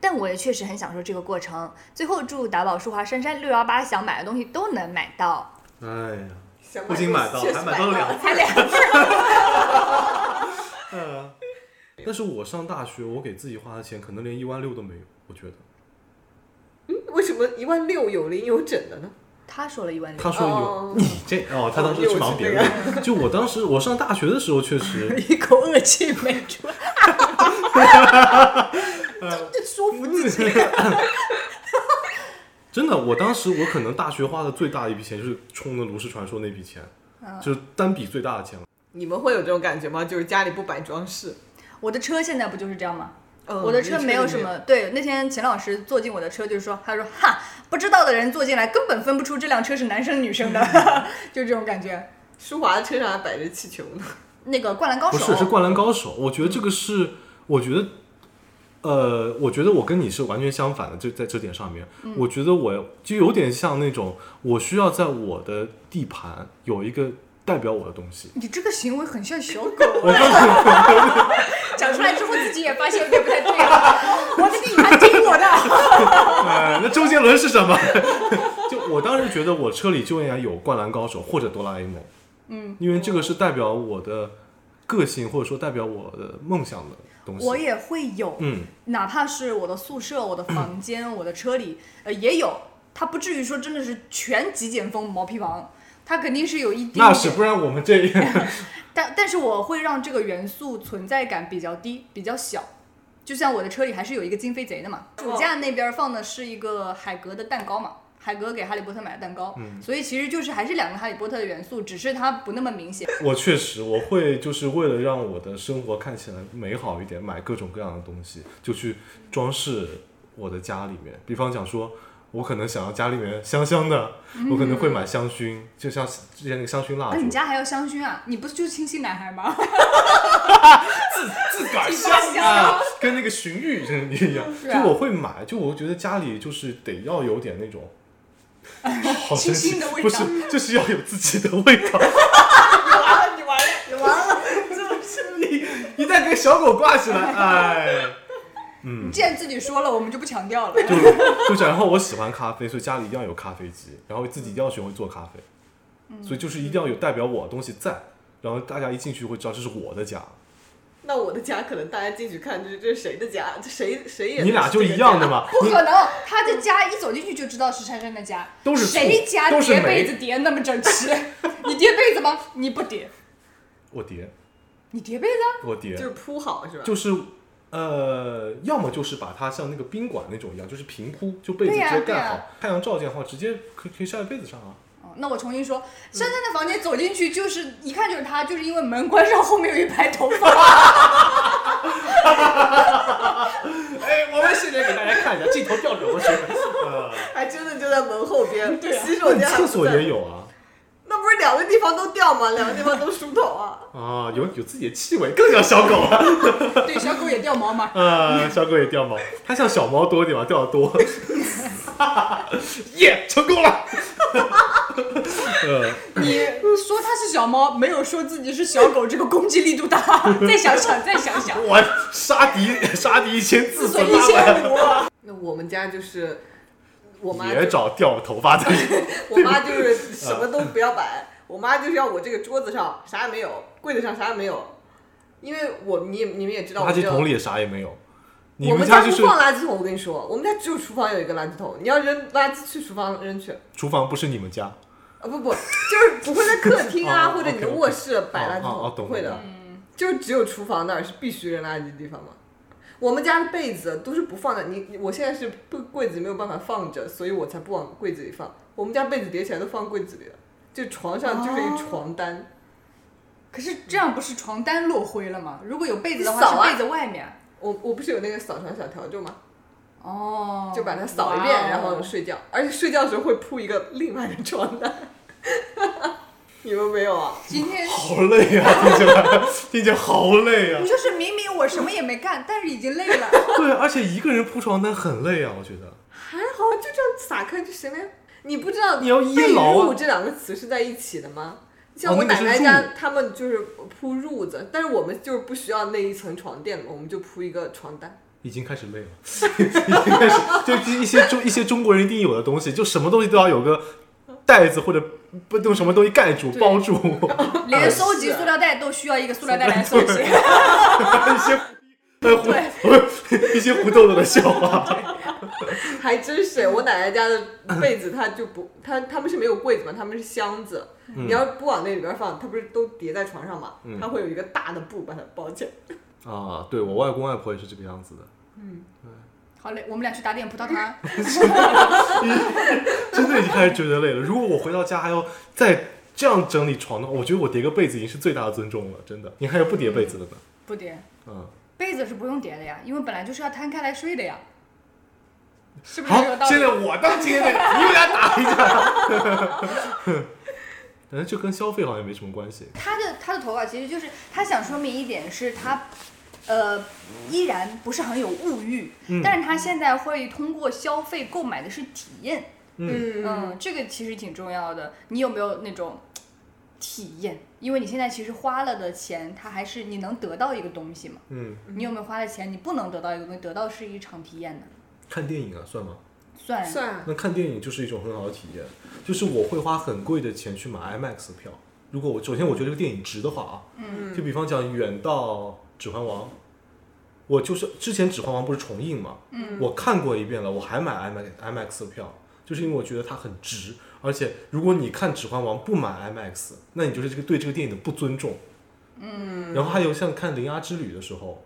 B: 但我也确实很享受这个过程。最后祝打宝、舒华、珊珊六幺八想买的东西都能买到。
C: 哎呀，
D: 想买
C: 不仅买到
D: 确实
C: 还买到了两
B: 才两份儿，
C: 呃，但是我上大学，我给自己花的钱可能连一万六都没有，我觉得。
D: 为什么一万六有零有整的呢？
B: 他说了一万
C: 他
B: 六，
C: 说
D: 哦
C: 有，你这哦，他当时去忙别的。就我当时我上大学的时候，确实
A: 一口恶气没出。
D: 这说服自己，
C: 真的，我当时我可能大学花的最大的一笔钱就是充的炉石传说那笔钱，就是单笔最大的钱了。
D: 你们会有这种感觉吗？就是家里不摆装饰，
B: 我的车现在不就是这样吗？
D: 嗯
B: 我的车没有什。么。对，那天秦老师坐进我的车，就是说，他说哈，不知道的人坐进来根本分不出这辆车是男生女生的， 就这种感觉。
D: 舒华的车上还摆着气球呢，
B: 那个《灌篮高
C: 不
B: 手
C: 是，》是灌篮高手。我觉得这个是，我觉得，呃，我觉得我跟你是完全相反的，就在这点上面，我觉得我就有点像那种，我需要在我的地盘有一个代表我的东西。
B: 你这个行为很像小狗。
C: 我告诉你，
B: 讲出来之后，自己也发现有点不太对了。 我的地盘听我的。
C: 呃，那周杰伦是什么？ 就我当时觉得我车里就应该有灌篮高手或者哆啦 A 梦，嗯，因为这个是代表我的个性或者说代表我的梦想的东西。
B: 我也会有，
C: 嗯，
B: 哪怕是我的宿舍、我的 房间、我的车里，呃，也有。它不至于说真的是全极简风毛坯房，它肯定是有一丁
C: 那是
B: 点
C: 不。然我们这
B: 但但是我会让这个元素存在感比较低，比较小。就像我的车里还是有一个金飞贼的
C: 哦
B: 嘛，主驾那边放的是一个海格的蛋糕嘛，海格给哈利波特买的蛋糕，
C: 嗯
B: 所以其实就是还是两个哈利波特的元素，只是它不那么明显。
C: 我确实我会就是为了让我的生活看起来美好一点，买各种各样的东西，就去装饰我的家里面。比方讲说，我可能想要家里面香香的，我可能会买香薰，就像之前那个香薰蜡
B: 啊，
C: 烛
B: 你，家还要香薰啊？你不是就是清新男孩吗？
C: 自个儿
B: 香啊，
C: 跟那个荀彧真的一样。
B: 是啊
C: 就我会买，就我觉得家里就是得要有点那种。好
B: 清
C: 神奇
B: 新的味道
C: 不是， 就是要有自己的味道。
D: 啊，你完了，你完了，
C: 一旦跟小狗挂起来，哎，
B: 你 既然自己说了，我们就不强调了。
C: 就就是，然后我喜欢咖啡，所以家里一定要有咖啡机，然后自己一定要学会做咖啡，所以就是一定要有代表我的东西在，然后大家一进去会知道这是我的家。
D: 那我的家可能大家进去看，这是这是谁的家？ 这谁谁也
C: 你俩就一样的？嘛，
B: 不
C: 你
B: 可能，他的家一走进去就知道是珊珊的家，
C: 都是醋
B: 谁家
C: 都是
B: 叠
C: 煤
B: 被子叠那么整 齐？你叠被子吗？你不叠，
C: 我叠
B: 你叠被子啊？
C: 我叠，
D: 就是铺好是吧？
C: 就是呃，要么就是把它像那个宾馆那种一样，就是平铺，就被子
B: 对
C: 直
B: 呀
C: 接
B: 对
C: 盖
B: 呀
C: 好，太阳照进来的话，直接可以可以晒在被子上啊。
B: 哦那我重新说，珊珊的房间走进去就是一看就是她，就是因为门关上，后面有一排头发。
C: 哎，我们现在给大家看一下，镜头调转过去， 呃，
D: 还真的就在门后 边，
B: 对啊
D: 洗手间还
C: 厕
D: 不
C: 所
D: 在
C: 也，有啊。。
D: 那不是两个地方都掉吗？两个地方都梳头啊
C: 啊，有有自己的气味，更像小狗了。
B: 对，小狗也掉毛嘛。
C: 呃，小狗也掉毛，它像小猫多点吧，掉的多。 耶、成功了。呃，
B: 你说它是小猫，没有说自己是小狗，这个攻击力度大。 再想想，再想想，
C: 我杀敌杀敌一千，
B: 自
C: 自
B: 损
C: 损
B: 一
C: 八百。
B: 千五。
D: 那我们家就是，我妈
C: 也找掉头发的，
D: 我妈就是什么都不要摆，我妈就是要我这个桌子上啥也没有，柜子上啥也没有，因为我你也你们也知道，
C: 垃圾
D: 这
C: 桶里也啥也没有。你
D: 我们
C: 家
D: 不
C: 就是
D: 放垃圾桶，我跟你说，我们家只有厨房有一个垃圾桶，你要扔垃圾去厨房扔去，啊
C: 厨房，不是你们家。
D: 呃不不，就是不会在客厅
C: 哦哦
D: 啊或者你的
C: OK，OK
D: 卧室摆垃圾
C: 哦哦哦懂
D: 桶，不会
C: 懂
D: 的，
B: 嗯
D: 就是只有厨房那儿是必须扔垃圾的地方嘛。我们家的被子都是不放在你，你我现在是不柜子没有办法放着，所以我才不往柜子里放。我们家被子叠起来都放柜子里了，就床上
B: 哦
D: 就是一床单。
B: 可是这样不是床单落灰了吗？如果有被子的
D: 你扫
B: 话，
D: 啊
B: 是被子外面。
D: 我我不是有那个扫床小笤帚吗？
B: 哦，
D: 就把它扫一遍，
B: 哇哦
D: 然后睡觉。而且睡觉的时候会铺一个另外的床单。 你们没有啊？
B: 今天
C: 好累啊，听起来，听起来好 累啊。
B: 就是明明我什么也没干，但是已经累了。
C: 对，而且一个人铺床单很累啊，我觉得。
D: 还好，就这样撒开就行了呀。你不知道
C: 你要依
D: 被
C: 劳啊
D: 褥这两个词是在一起的吗？像
C: 哦
D: 我
C: 那个
D: 奶
C: 是
D: 奶家，
C: 褥
D: 他们就是铺褥子，但是我们就是不需要那一层床垫了，我们就铺一个床单。
C: 已经开始累了， 已经开始就一些中一些中国人一定有的东西，就什么东西都要有个袋子或者不用什么东西盖住
B: 对
C: 包 住，
B: 连收集塑料袋都需要一个塑料袋来收集。
C: 一些呃胡 一些胡豆豆的笑话。
D: 还真
C: 嗯
D: 是，我奶奶家的被子，它就不，它他们是没有柜子嘛，他们是箱子。
C: 嗯
D: 你要不往那里边放，它不是都叠在床上嘛？它会有一个大的布把它包起来。
C: 啊，对我外公外婆也是这个样子的，
B: 好嘞，我们俩去打点葡萄糖。啊
C: 真的已经开始觉得累了。如果我回到家还要再这样整理床的话，我觉得我叠个被子已经是最大的尊重了，真的。你还有不叠被子的呢？
B: 不叠
C: 嗯，
B: 被子是不用叠的呀，因为本来就是要摊开来睡的呀。是不是
C: 好
B: 这个，道
C: 现
B: 理
C: 在？我当今天的，你们俩打一架。反正就跟消费好像没什么关系。
B: 他的他的头啊发其实就是他想说明一点是他，呃，依然不是很有物欲，
C: 嗯
B: 但是他现在会通过消费购买的是体验，
D: 嗯，
B: 嗯，这个其实挺重要的。你有没有那种体验？因为你现在其实花了的钱，它还是你能得到一个东西嘛。
C: 嗯，
B: 你有没有花的钱？你不能得到一个东西，得到是一场体验的，
C: 看电影啊，算吗？
B: 算
D: 算啊，
C: 那看电影就是一种很好的体验，就是我会花很贵的钱去买 IMAX 的票。如果我首先我觉得这个电影值的话啊，
D: 嗯
C: 就比方讲《远到《指环王》，我就是之前《指环王》不是重映嘛，
B: 嗯
C: 我看过一遍了，我还买 IMAX IMAX 的票，就是因为我觉得它很值。而且如果你看《指环王》不买 IMAX，那你就是这个对这个电影的不尊重。嗯，然后还有像看《铃芽之旅》的时候，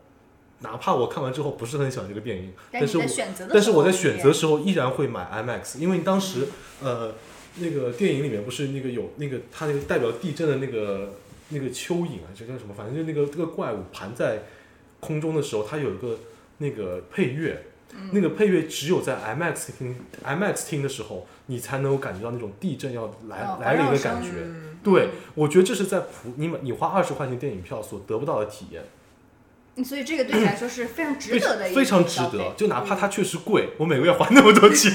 C: 哪怕我看完之后不是很喜欢这个电影，
B: 但
C: 但是
B: 你
C: 我
B: 在选择的时候，
C: 但是我在选择时候依然会买 IMAX，因为你当时呃那个电影里面不是那个有那个它那个代表地震的那个那个蚯蚓啊，这叫什么？反正就那个这个怪物盘在空中的时候，它有一个那个配乐。
B: 嗯
C: 那个配乐只有在 IMAX 听 IMAX 听的时候，你才能够感觉到那种地震要来、
B: 哦
C: 来临
B: 环绕
C: 的
B: 声
C: 感觉。
B: 嗯
C: 对，我觉得这是在普你买你花二十块钱电影票所得不到的体验。
B: 嗯，所以这个对你来说是非常值
C: 非
B: 得的一个
C: 非常值
B: 消费嗯
C: 得。。就哪怕它确实贵，我每个月还那么多钱，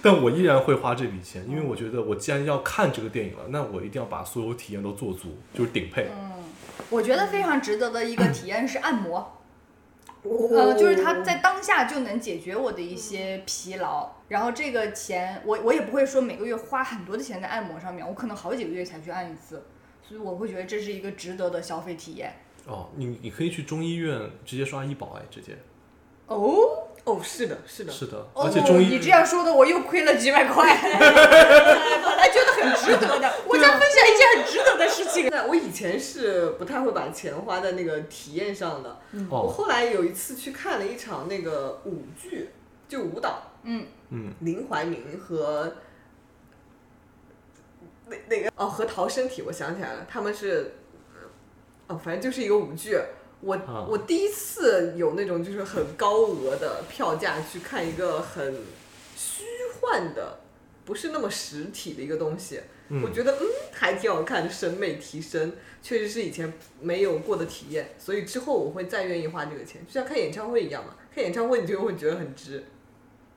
C: 但我依然会花这笔钱，因为我觉得我既然要看这个电影了，那我一定要把所有体验都做足，就是顶配。
B: 嗯我觉得非常值得的一个体验是按摩，
D: 我
B: 呃，就是
D: 哦
B: 它在当下就能解决我的一些疲劳。然后这个钱，我我也不会说每个月花很多的钱在按摩上面，我可能好几个月才去按一次，所以我会觉得这是一个值得的消费体验。
C: 哦，你你可以去中医院直接刷医保哎，直接
B: 哦，
D: 哦，是的，是的，
C: 是的，
B: 哦
C: 而且中医
B: 你这样说的，我又亏了几百块， 本来觉得很值得的，我
C: 啊
B: 在分享一件很值得的事情。
D: 那我以前是不太会把钱花在那个体验上的。我
C: 哦，
D: 后来有一次去看了一场那个舞剧，就舞蹈，
B: 嗯
C: 嗯，
D: 林怀民和那那个哦和陶身体，我想起来了，他们是哦，反正就是一个舞剧。我、
C: 啊
D: 我第一次有那种就是很高额的票价去看一个很虚幻的，不是那么实体的一个东西。我
C: 嗯，
D: 觉得嗯还挺好看，审美提升，确实是以前没有过的体验，所以之后我会再愿意花这个钱，就像看演唱会一样嘛。看演唱会你就会觉得很值，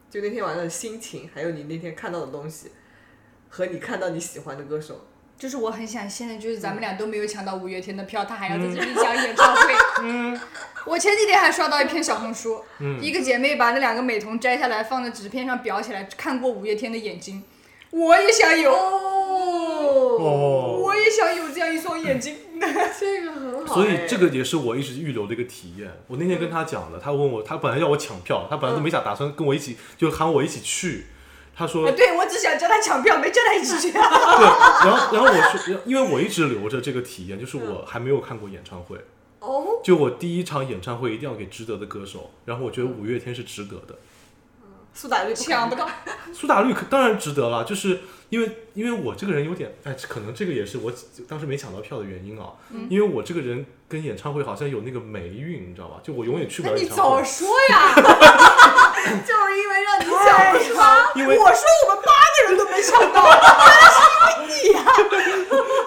D: 就那天晚上的心情，还有你那天看到的东西，和你看到你喜欢的歌手，
B: 就是我很想现在就是咱们俩都没有抢到五月天的票，他还要在这里讲演唱会。我前几天还刷到一篇小红书，一个姐妹把那两个美瞳摘下来放在纸片上裱起来，看过五月天的眼睛，我也想有，
C: 哦，
B: 我也想有这样一双眼睛。
D: 这个很好、
C: 所
B: 哎
C: 以这个也是我一直预留的一个体验。我那
B: 嗯
C: 天跟他讲了，他问我，他本来要我抢票，他本来都没想打算跟我一起，就喊我一起去。他说
B: 哎，对我只想叫他抢票，没叫他一起去。啊
C: 对，然后然后我是因为我一直留着这个体验，
B: 嗯
C: 就是我还没有看过演唱会，
D: 哦，
C: 就我第一场演唱会一定要给值得的歌手，然后我觉得五月天是值得的。
D: 苏打绿
B: 抢不
D: 到，
C: 苏打绿可当然值得了，就是因为因为我这个人有点，哎，可能这个也是我当时没抢到票的原因啊，
B: 嗯
C: 因为我这个人跟演唱会好像有那个霉运，你知道吧？就我永远去不
B: 那
C: 了
B: 你
C: 演唱会
B: 早。说呀！
D: 就是因为让你抢不
B: 啊
D: 到。
C: 因为
B: 我说我们八个人都没抢到，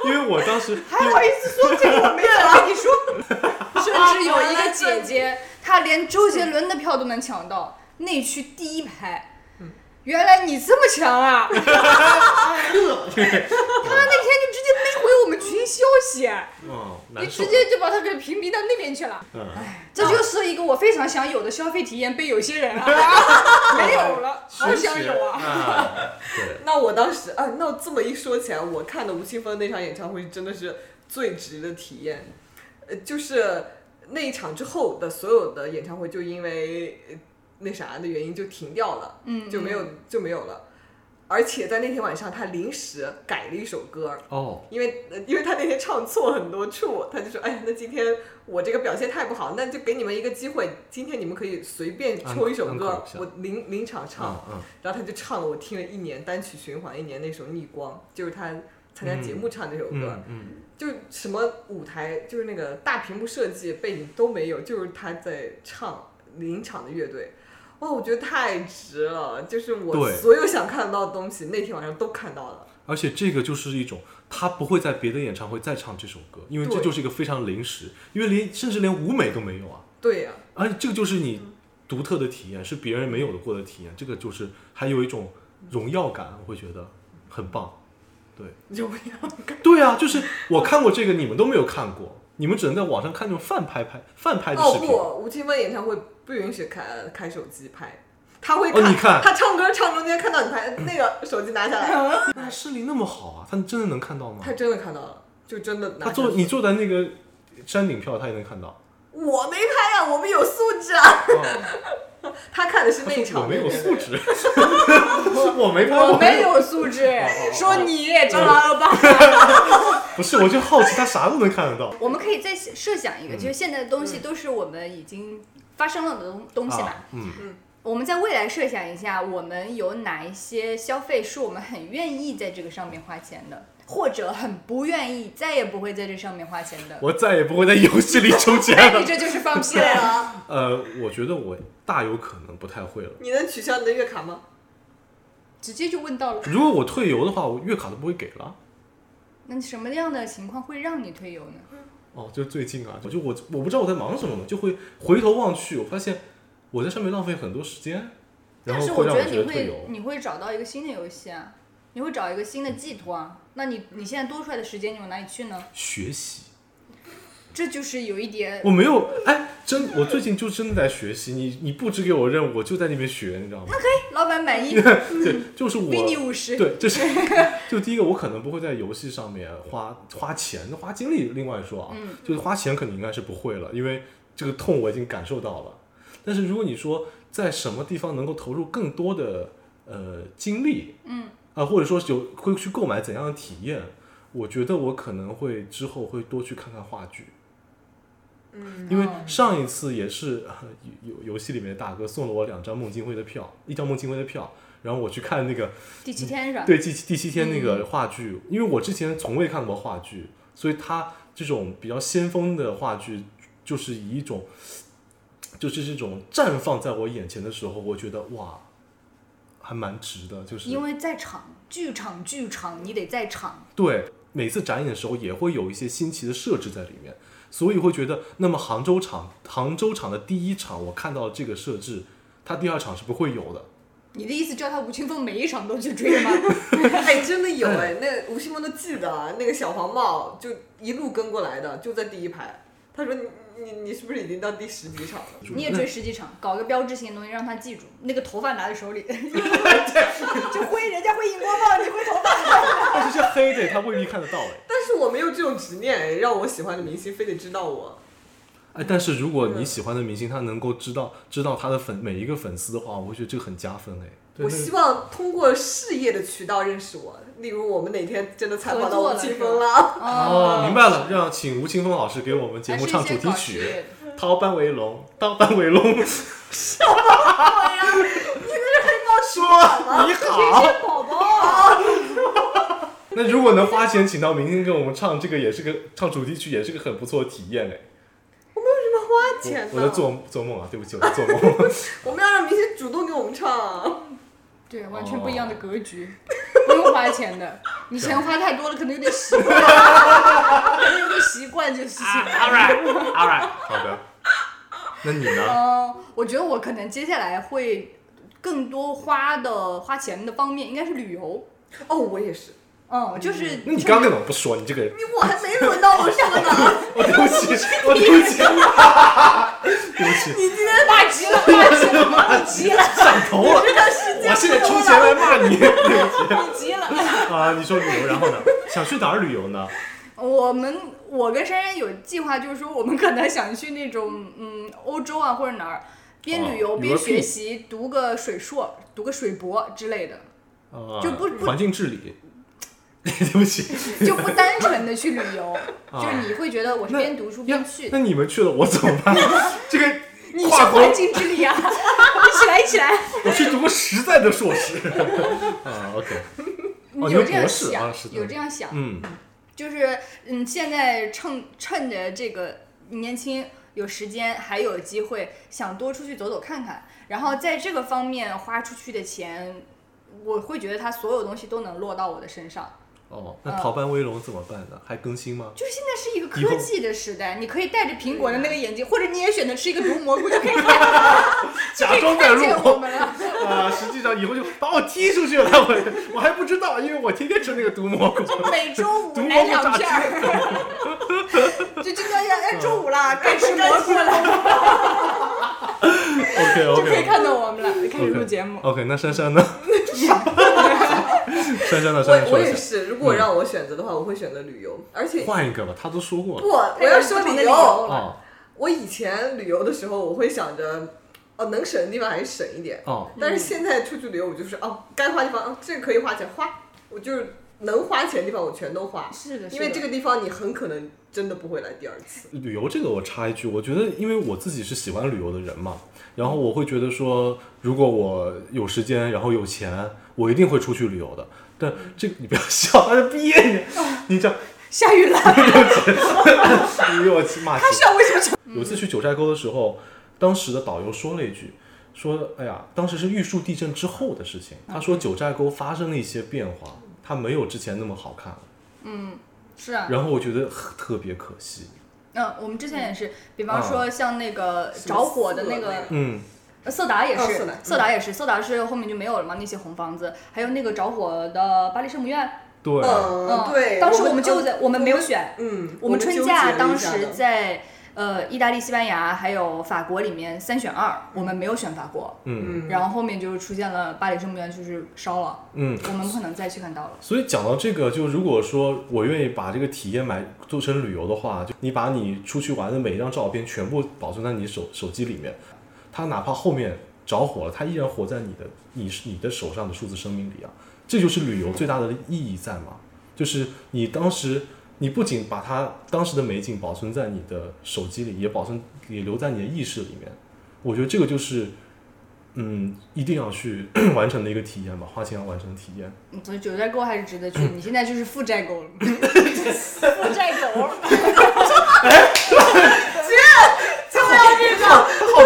C: 因为我当时，
B: 还好意思说这个我没抢
C: 啊
B: 到？你说， 甚至有一个姐姐，她连周杰伦的票都能抢到，内区第一排。
C: 嗯
B: 原来你这么强 啊！她那天就直接没回我们群消息，
C: 嗯，
B: 你
C: 难受
B: 直，接哎就把她给屏蔽到那边去了。
C: 嗯，
B: 这就是一个我非常想有的消费体验，被有些 人啊没有了，好想有啊！
C: 啊，对，
D: 那我当时啊，那这么一说起来，我看的吴青峰那场演唱会真的是最值的体验，呃，就是那一场之后的所有的演唱会，就因为呃那啥的原因就停掉了，
B: 嗯
D: 就没有就没有了。而且在那天晚上，他临时改了一首歌，
C: 哦，
D: 因为呃因为他那天唱错很多处，他就说，哎，那今天我这个表现太不好，那就给你们一个机会，今天你们可以随便抽一首
C: 安安
D: 歌
C: 可一，下
D: 我临临场唱。
C: 嗯嗯，
D: 然后他就唱了我听了一年单曲循环一年那首《逆光》，就是他参加节目唱这首歌，
C: 嗯嗯，
D: 就什么舞台就是那个大屏幕设计背景都没有，就是他在唱临场的乐队。哇，我觉得太值了！就是我
C: 对
D: 所有想看到的东西，那天晚上都看到了。
C: 而且这个就是一种，他不会在别的演唱会再唱这首歌，因为这
D: 对
C: 就是一个非常临时，因为连甚至连舞美都没有啊。
D: 对呀、
C: 而且这个就是你独特的体验，是别人没有的过的体验，这个就是还有一种荣耀感，我会觉得很棒。
D: 有没有？
C: 对啊，就是我看过这个，你们都没有看过，你们只能在网上看那种泛拍拍泛拍的
D: 哦
C: 视频。
D: 不，吴青峰演唱会不允许开开手机拍，他会
C: 哦
D: 看，
C: 你看
D: 他唱歌唱中间看到你拍，那个手机拿下来，
C: 那视力那么好啊，他真的能看到吗
D: 他？真的看到了，就真的
C: 他
D: 拿下
C: 坐
D: 来。
C: 你坐在那个山顶票，他也能看到。
D: 我没拍啊，我们有素质啊。
C: 哦、
D: 他看的是
C: 他
D: 那
C: 说
D: 场，
C: 我没有素质， 我没 拍，
B: 我没
C: 有，
B: 有素质
C: 哦，
B: 说你张老二吧。
C: 不是，我就好奇他啥都能看得到。
B: 我们可以再设想一个，
C: 嗯
B: 就是现在的东西都是我们已经发生了的东东西嘛
C: 啊。，嗯，
B: 我们在未来设想一下，我们有哪一些消费是我们很愿意在这个上面花钱的，或者很不愿意，再也不会在这上面花钱的。
C: 我再也不会在游戏里充钱
B: 哎， 你
C: 了。
B: 这就是放屁
D: 对
B: 了。
D: 啊，
C: 呃，我觉得我大有可能不太会了。
D: 你能取消你的月卡吗？
B: 直接就问到了。
C: 如果我退游的话，我月卡都不会给了。
B: 那什么样的情况会让你退游呢？
C: 哦，就最近啊，我就我我不知道我在忙什么呢，就会回头望去，我发现我在上面浪费很多时间，然
B: 但
C: 后
B: 是
C: 会
B: 觉
C: 让我
B: 你
C: 得退
B: 会
C: 游。
B: 你会找到一个新的游戏啊，你会找一个新的寄托啊。那你你现在多出来的时间你往哪里去呢？
C: 学习，
B: 这就是有一点
C: 我没有，哎，真，我最近就真的在学习。你你布置给我任务，我就在那边学，你知道吗？
B: 老板满意，
C: 对，就是我
B: 比你五十。
C: 对，这是就第一个，我可能不会在游戏上面花花钱、花精力。另外说啊，就是花钱肯定应该是不会了，因为这个痛我已经感受到了。但是如果你说在什么地方能够投入更多的呃精力，嗯，啊、或者说是有会去购买怎样的体验，我觉得我可能会之后会多去看看话剧。嗯，因为上一次也是 呃游游游戏里面的大哥送了我两张孟京辉的票，一张孟京辉的票，然后我去看那个
B: 第七天是吧？啊嗯
C: 对，第七第七天那个话剧，因为我之前从未看过话剧，所以他这种比较先锋的话剧，就是以一种，就是这种绽放在我眼前的时候，我觉得哇，还蛮值的，就是
B: 因为在场剧场剧场，你得在场。
C: 对，每次展演的时候也会有一些新奇的设置在里面，所以会觉得，那么杭州场，杭州场的第一场我看到这个设置，它第二场是不会有的。
B: 你的意思叫他吴青峰每一场都去追吗？
D: 哎，真的有哎，那吴青峰都记得啊，那个小黄帽就一路跟过来的，就在第一排。他说你你你是不是已经到第十几场了？
B: 你也追十几场，搞个标志性的东西让他记住。那个头发拿在手里，
A: 就挥人家挥荧光棒，你挥头发。
C: 但是是黑的，他未必看得到哎。
D: 但是我没有这种执念哎，让我喜欢的明星非得知道我。
C: 哎，但是如果你喜欢的明星他能够知道知道他的粉每一个粉丝的话，我会觉得这个很加分哎。对
D: 我
C: 那个
D: 希望通过事业的渠道认识我，例如我们哪天真的采访到吴青峰 了，
C: 哦，明白了，让请吴青峰老师给我们节
B: 还
C: 目
B: 是一
C: 唱主
B: 些
C: 题
B: 搞
C: 曲
B: 事业的
C: 《逃班为龙》，当班为龙。 说你好，
B: 宝宝，
C: 那如果能花钱请到明星给我们唱这个，也是个唱主题曲，也是个很不错的体验哎。
D: 花钱
C: 我
D: 呢？
C: 我在做做梦啊，对不起，我在做梦。
D: 我们要让明星主动给我们唱啊！
B: 对，完全不一样的格局，不用花钱的。你钱花太多了，可能有点习惯，可能有点习惯 就是。
C: All right，All right，好的。那你呢？
B: 嗯，我觉得我可能接下来会更多花的花钱的方面应该是旅游。
D: 哦，我也是，
B: 嗯，就是
C: 那你刚刚怎么不说？你这个人，
D: 我还没轮到我说呢。
C: 我对不起，我对不起，对不起，
D: 你今天
B: 骂急了，骂急了，骂你急了，
C: 上头了，我现在出钱来骂你。对不起。
B: 你急了。
C: 啊，你说旅游，然后呢？想去哪儿旅游呢？
B: 我们我跟珊珊有计划，就是说我们可能想去那种 嗯欧洲啊或者哪儿，边旅游
C: 哦
B: 边
C: European
B: 学习，读个水硕，读个水博之类的，
C: 啊，
B: 就不不
C: 环境治理。 对不起，
B: 就不单纯的去旅游，
C: 啊
B: 就是你会觉得我是
C: 那
B: 边读书边去
C: 那你们去了，我怎么 办？这个
B: 你是
C: 跨国哦
B: 环，境之力啊！ 一起来，一起来！
C: 我去读个实在的硕士。 啊，OK，哦
B: 有这
C: 你是
B: 样
C: 博士啊
B: 想，
C: 是的
B: 有这样想，
C: 嗯，
B: 就是嗯，现在趁趁着这个年轻有时间还有机会，想多出去走走看看，然后在这个方面花出去的钱，我会觉得它所有东西都能落到我的身上。嗯
C: 哦，那逃班威龙怎么办呢？还更新吗？
B: 就是现在是一个
C: 以后
B: 科技的时代，你可以戴着苹果的那个眼镜，或者你也选择吃一个毒蘑菇，就 可以看就可
C: 假
B: 以
C: 装带
B: 看见我
C: 入
B: 们了。
C: 啊，实际上以后就把我踢出去了。我 我还不知道，因为我天天吃那个毒蘑菇。
B: 每 周五
C: 毒
B: 来
C: 蘑菇
B: 两
C: 榨
B: 片
C: 汁。
B: 儿，
A: 就就要要哎，周五了，该吃蘑菇了。
C: OK
B: 就可以
C: OK
B: 看到我们了。开始录
C: OK
B: 节 目，
C: OK，那珊珊呢？珊珊呢？珊珊
D: 我
C: 说
D: 我
C: 一
D: 也
C: 下。
D: 是，如果让我选择的话，我会选择旅游，而且
C: 换一个吧，他都说过
D: 不，
C: 了。
D: 我要说
B: 不同的
D: 理
B: 理
D: 由
B: 由。
C: 哦
D: 我以前旅游的时候，我会想着，哦，能省的地方还是省一点。
C: 哦，
D: 但是现在出去旅游，我就是哦，该花地方，哦，这个可以花钱花，我就是能花钱的地方我全都花，
B: 是的，
D: 因为
B: 是的
D: 这个地方你很可能真的不会来第二次。
C: 旅游这个我插一句，我觉得因为我自己是喜欢旅游的人嘛，然后我会觉得说，如果我有时间，然后有钱，我一定会出去旅游的。但这个你不要笑，他是毕业你，你这样
B: 下雨了，
C: 你给我骂街。
A: 这为什么就
C: 有一次去九寨沟的时候，当时的导游说了一句，说：“哎呀，当时是玉树地震之后的事情。”他说九寨沟发生了一些变化，它没有之前那么好看了。
B: 是啊，
C: 然后我觉得很特别可惜。
B: 嗯，我们之前也是，比
D: 嗯
B: 方说像那个着火的那个
C: 嗯，
B: 呃色达也
D: 哦
B: 是
D: 色达嗯，
B: 色达也是，色达是后面就没有了嘛，那些红房子，还有那个着火的巴黎圣母院，
C: 对，
D: 嗯，对，
B: 当时我
D: 我
B: 们就在，我们没有
D: 们，
B: 选，
D: 嗯，
B: 我们春
D: 纠
B: 假
D: 结了一
B: 当
D: 下
B: 时
D: 的
B: 在呃意大利、西班牙还有法国里面三选二，我们没有选法国，
C: 嗯
B: 然后后面就是出现了巴黎圣母院就是烧了，
C: 嗯。
B: 我们不可能再去看到了。
C: 所以讲到这个，就如果说我愿意把这个体验买做成旅游的话，就你把你出去玩的每一张照片全部保存在你手手机里面，它哪怕后面着火了，它依然活在你的你你的手上的数字生命里啊，这就是旅游最大的意义在嘛，就是你当时你不仅把它当时的美景保存在你的手机里，也保存也留在你的意识里面，我觉得这个就是。嗯，一定要去完成的一个体验吧，花钱要完成的体验。
B: 嗯所以九寨沟还是值 得去，你现在就是负债沟了，负债狗。
C: 好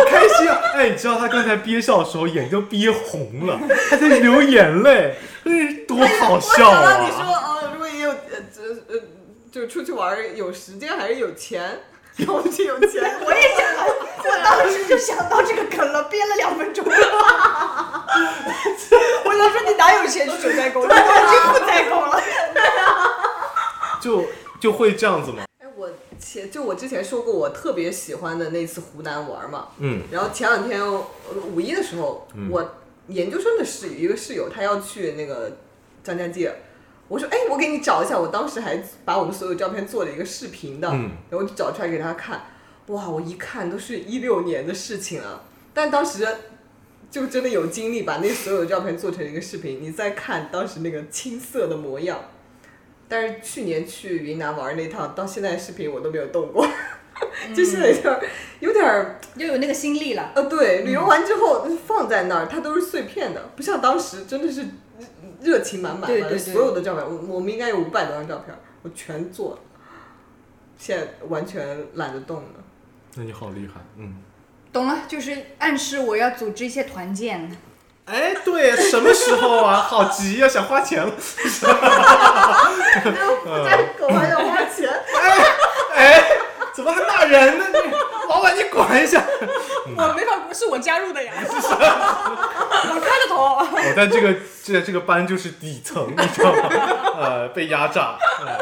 C: 开心啊！ 哎，你知道他刚才憋笑的时候眼睛憋红了，他在流眼泪，嗯，多好笑
D: 我想到你说
C: 啊！
D: 哦，如果也有呃这呃，就出去玩儿有时间还是有钱，有就有钱，
A: 我也想到，我当时就想到这个梗了，憋了两分 钟。我想说你哪有钱去九寨沟？你都已经负债沟了。
C: 就就会这样子吗？
D: 哎，我前就我之前说过，我特别喜欢的那次湖南玩嘛，
C: 嗯
D: 然后前两天呃五一的时候，我研究生的室一个室友，他要去那个张家界，我说哎，我给你找一下，我当时还把我们所有照片做了一个视频的，
C: 嗯
D: 然后就找出来给他看，哇，我一看都是一六年的事情了，但当时。就真的有精力把那所有的照片做成一个视频，你再看当时那个青涩的模样。但是去年去云南玩那趟，到现在视频我都没有动过， 就现在有点儿有点儿
B: 又有那个心力了。
D: 呃，对，旅游完之后放在那儿，它都是碎片的，不像当时真的是热情满满
B: 对
D: 的，
B: 对对
D: 所有的照片，我我们应该有五百多张照片，我全做了，现在完全懒得动了。
C: 那你好厉害，嗯。
B: 懂了，就是暗示我要组织一些团建。
C: 哎，对，什么时候 啊？好急呀、想花钱了。
D: 我家狗还要花钱，
C: 哎，怎么还骂人呢？你老板，你管一下。
A: 我没法，是我加入的呀。我开的头。
C: 我在哦这个这这个班就是底层，你知道 吗？呃，被压榨。呃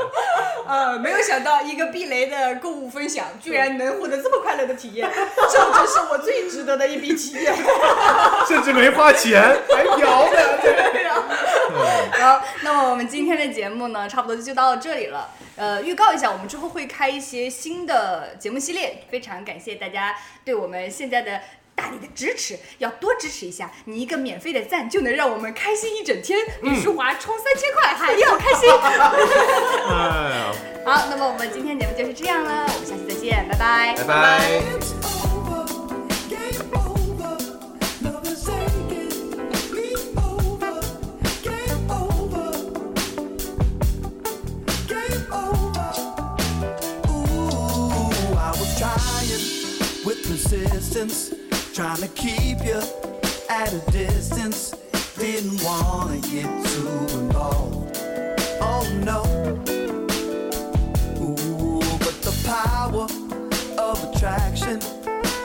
A: 呃，没有想到一个避雷的购物分享，居然能获得这么快乐的体验，这真是我最值得的一笔体验。
C: 嗯甚至没花钱，还摇呢。
B: 好，那么我们今天的节目呢，差不多就到这里了。呃，预告一下，我们之后会开一些新的节目系列，非常感谢大家对我们现在的。大力的支持，要多支持一下。你一个免费的赞，就能让我们开心一整天。李淑华充三千块， 还要开心。
C: 哎呀，
B: 好，那么我们今天节目就是这样了，我们下期再见，拜拜。
C: 拜拜。
E: It's over, game over. Love is taking me over, game over, game over. Ooh, I was trying with resistance, trying to keep you at a distance. Didn't wanna get too involved. Oh no. Ooh, but the power of attraction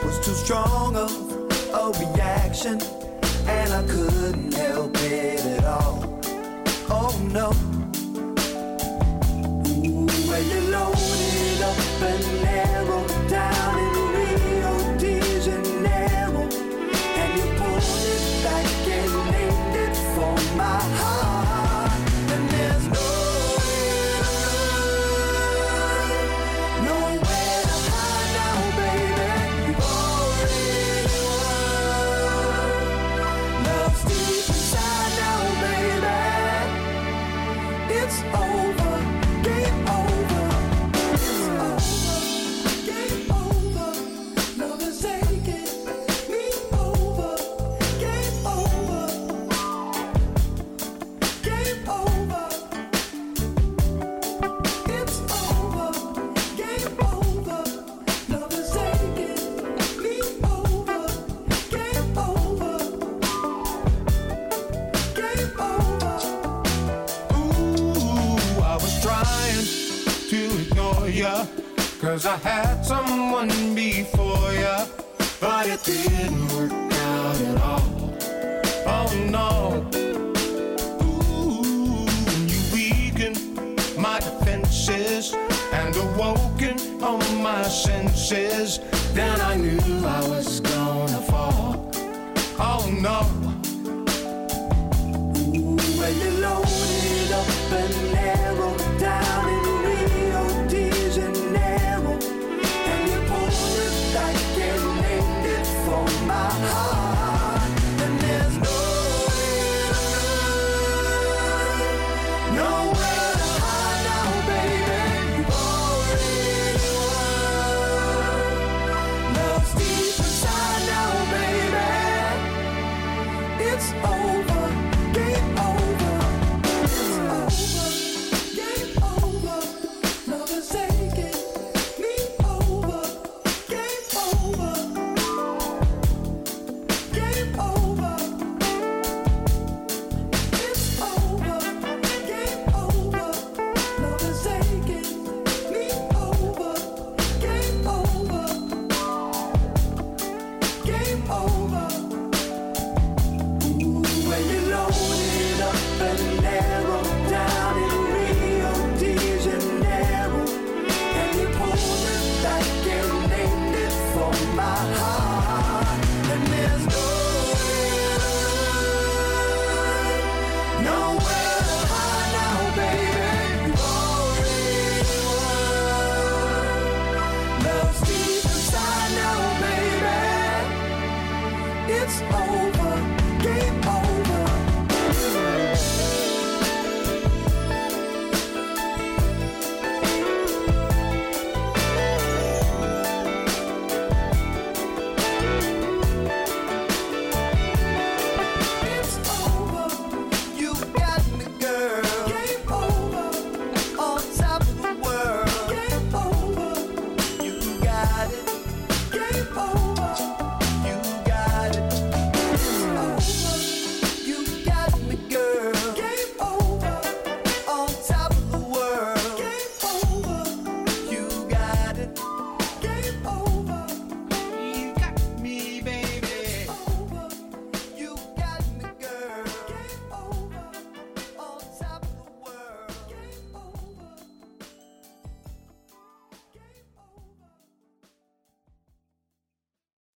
E: was too strong of a reaction, and I couldn't help it at all. Oh no. Ooh, well, you loaded up and narrowed down in Rio de Janeiro, and you pulled it back and aimed it for my heart. And there's no Nowhere to hide now, baby. You've already won. Love's deep inside now, baby. It's over, game over. It's over, game over. Love is taking me over, game over, game over. It's over, game over. Love is taking me over, game over, game over.
F: Ooh, I was trying to ignore ya, cause I had someone before ya, but it didn't work out at all. Oh no. Ooh, you weaken
E: fences and awoken on my senses. Then I knew I was gonna fall. Oh no. Ooh, well, you loaded up an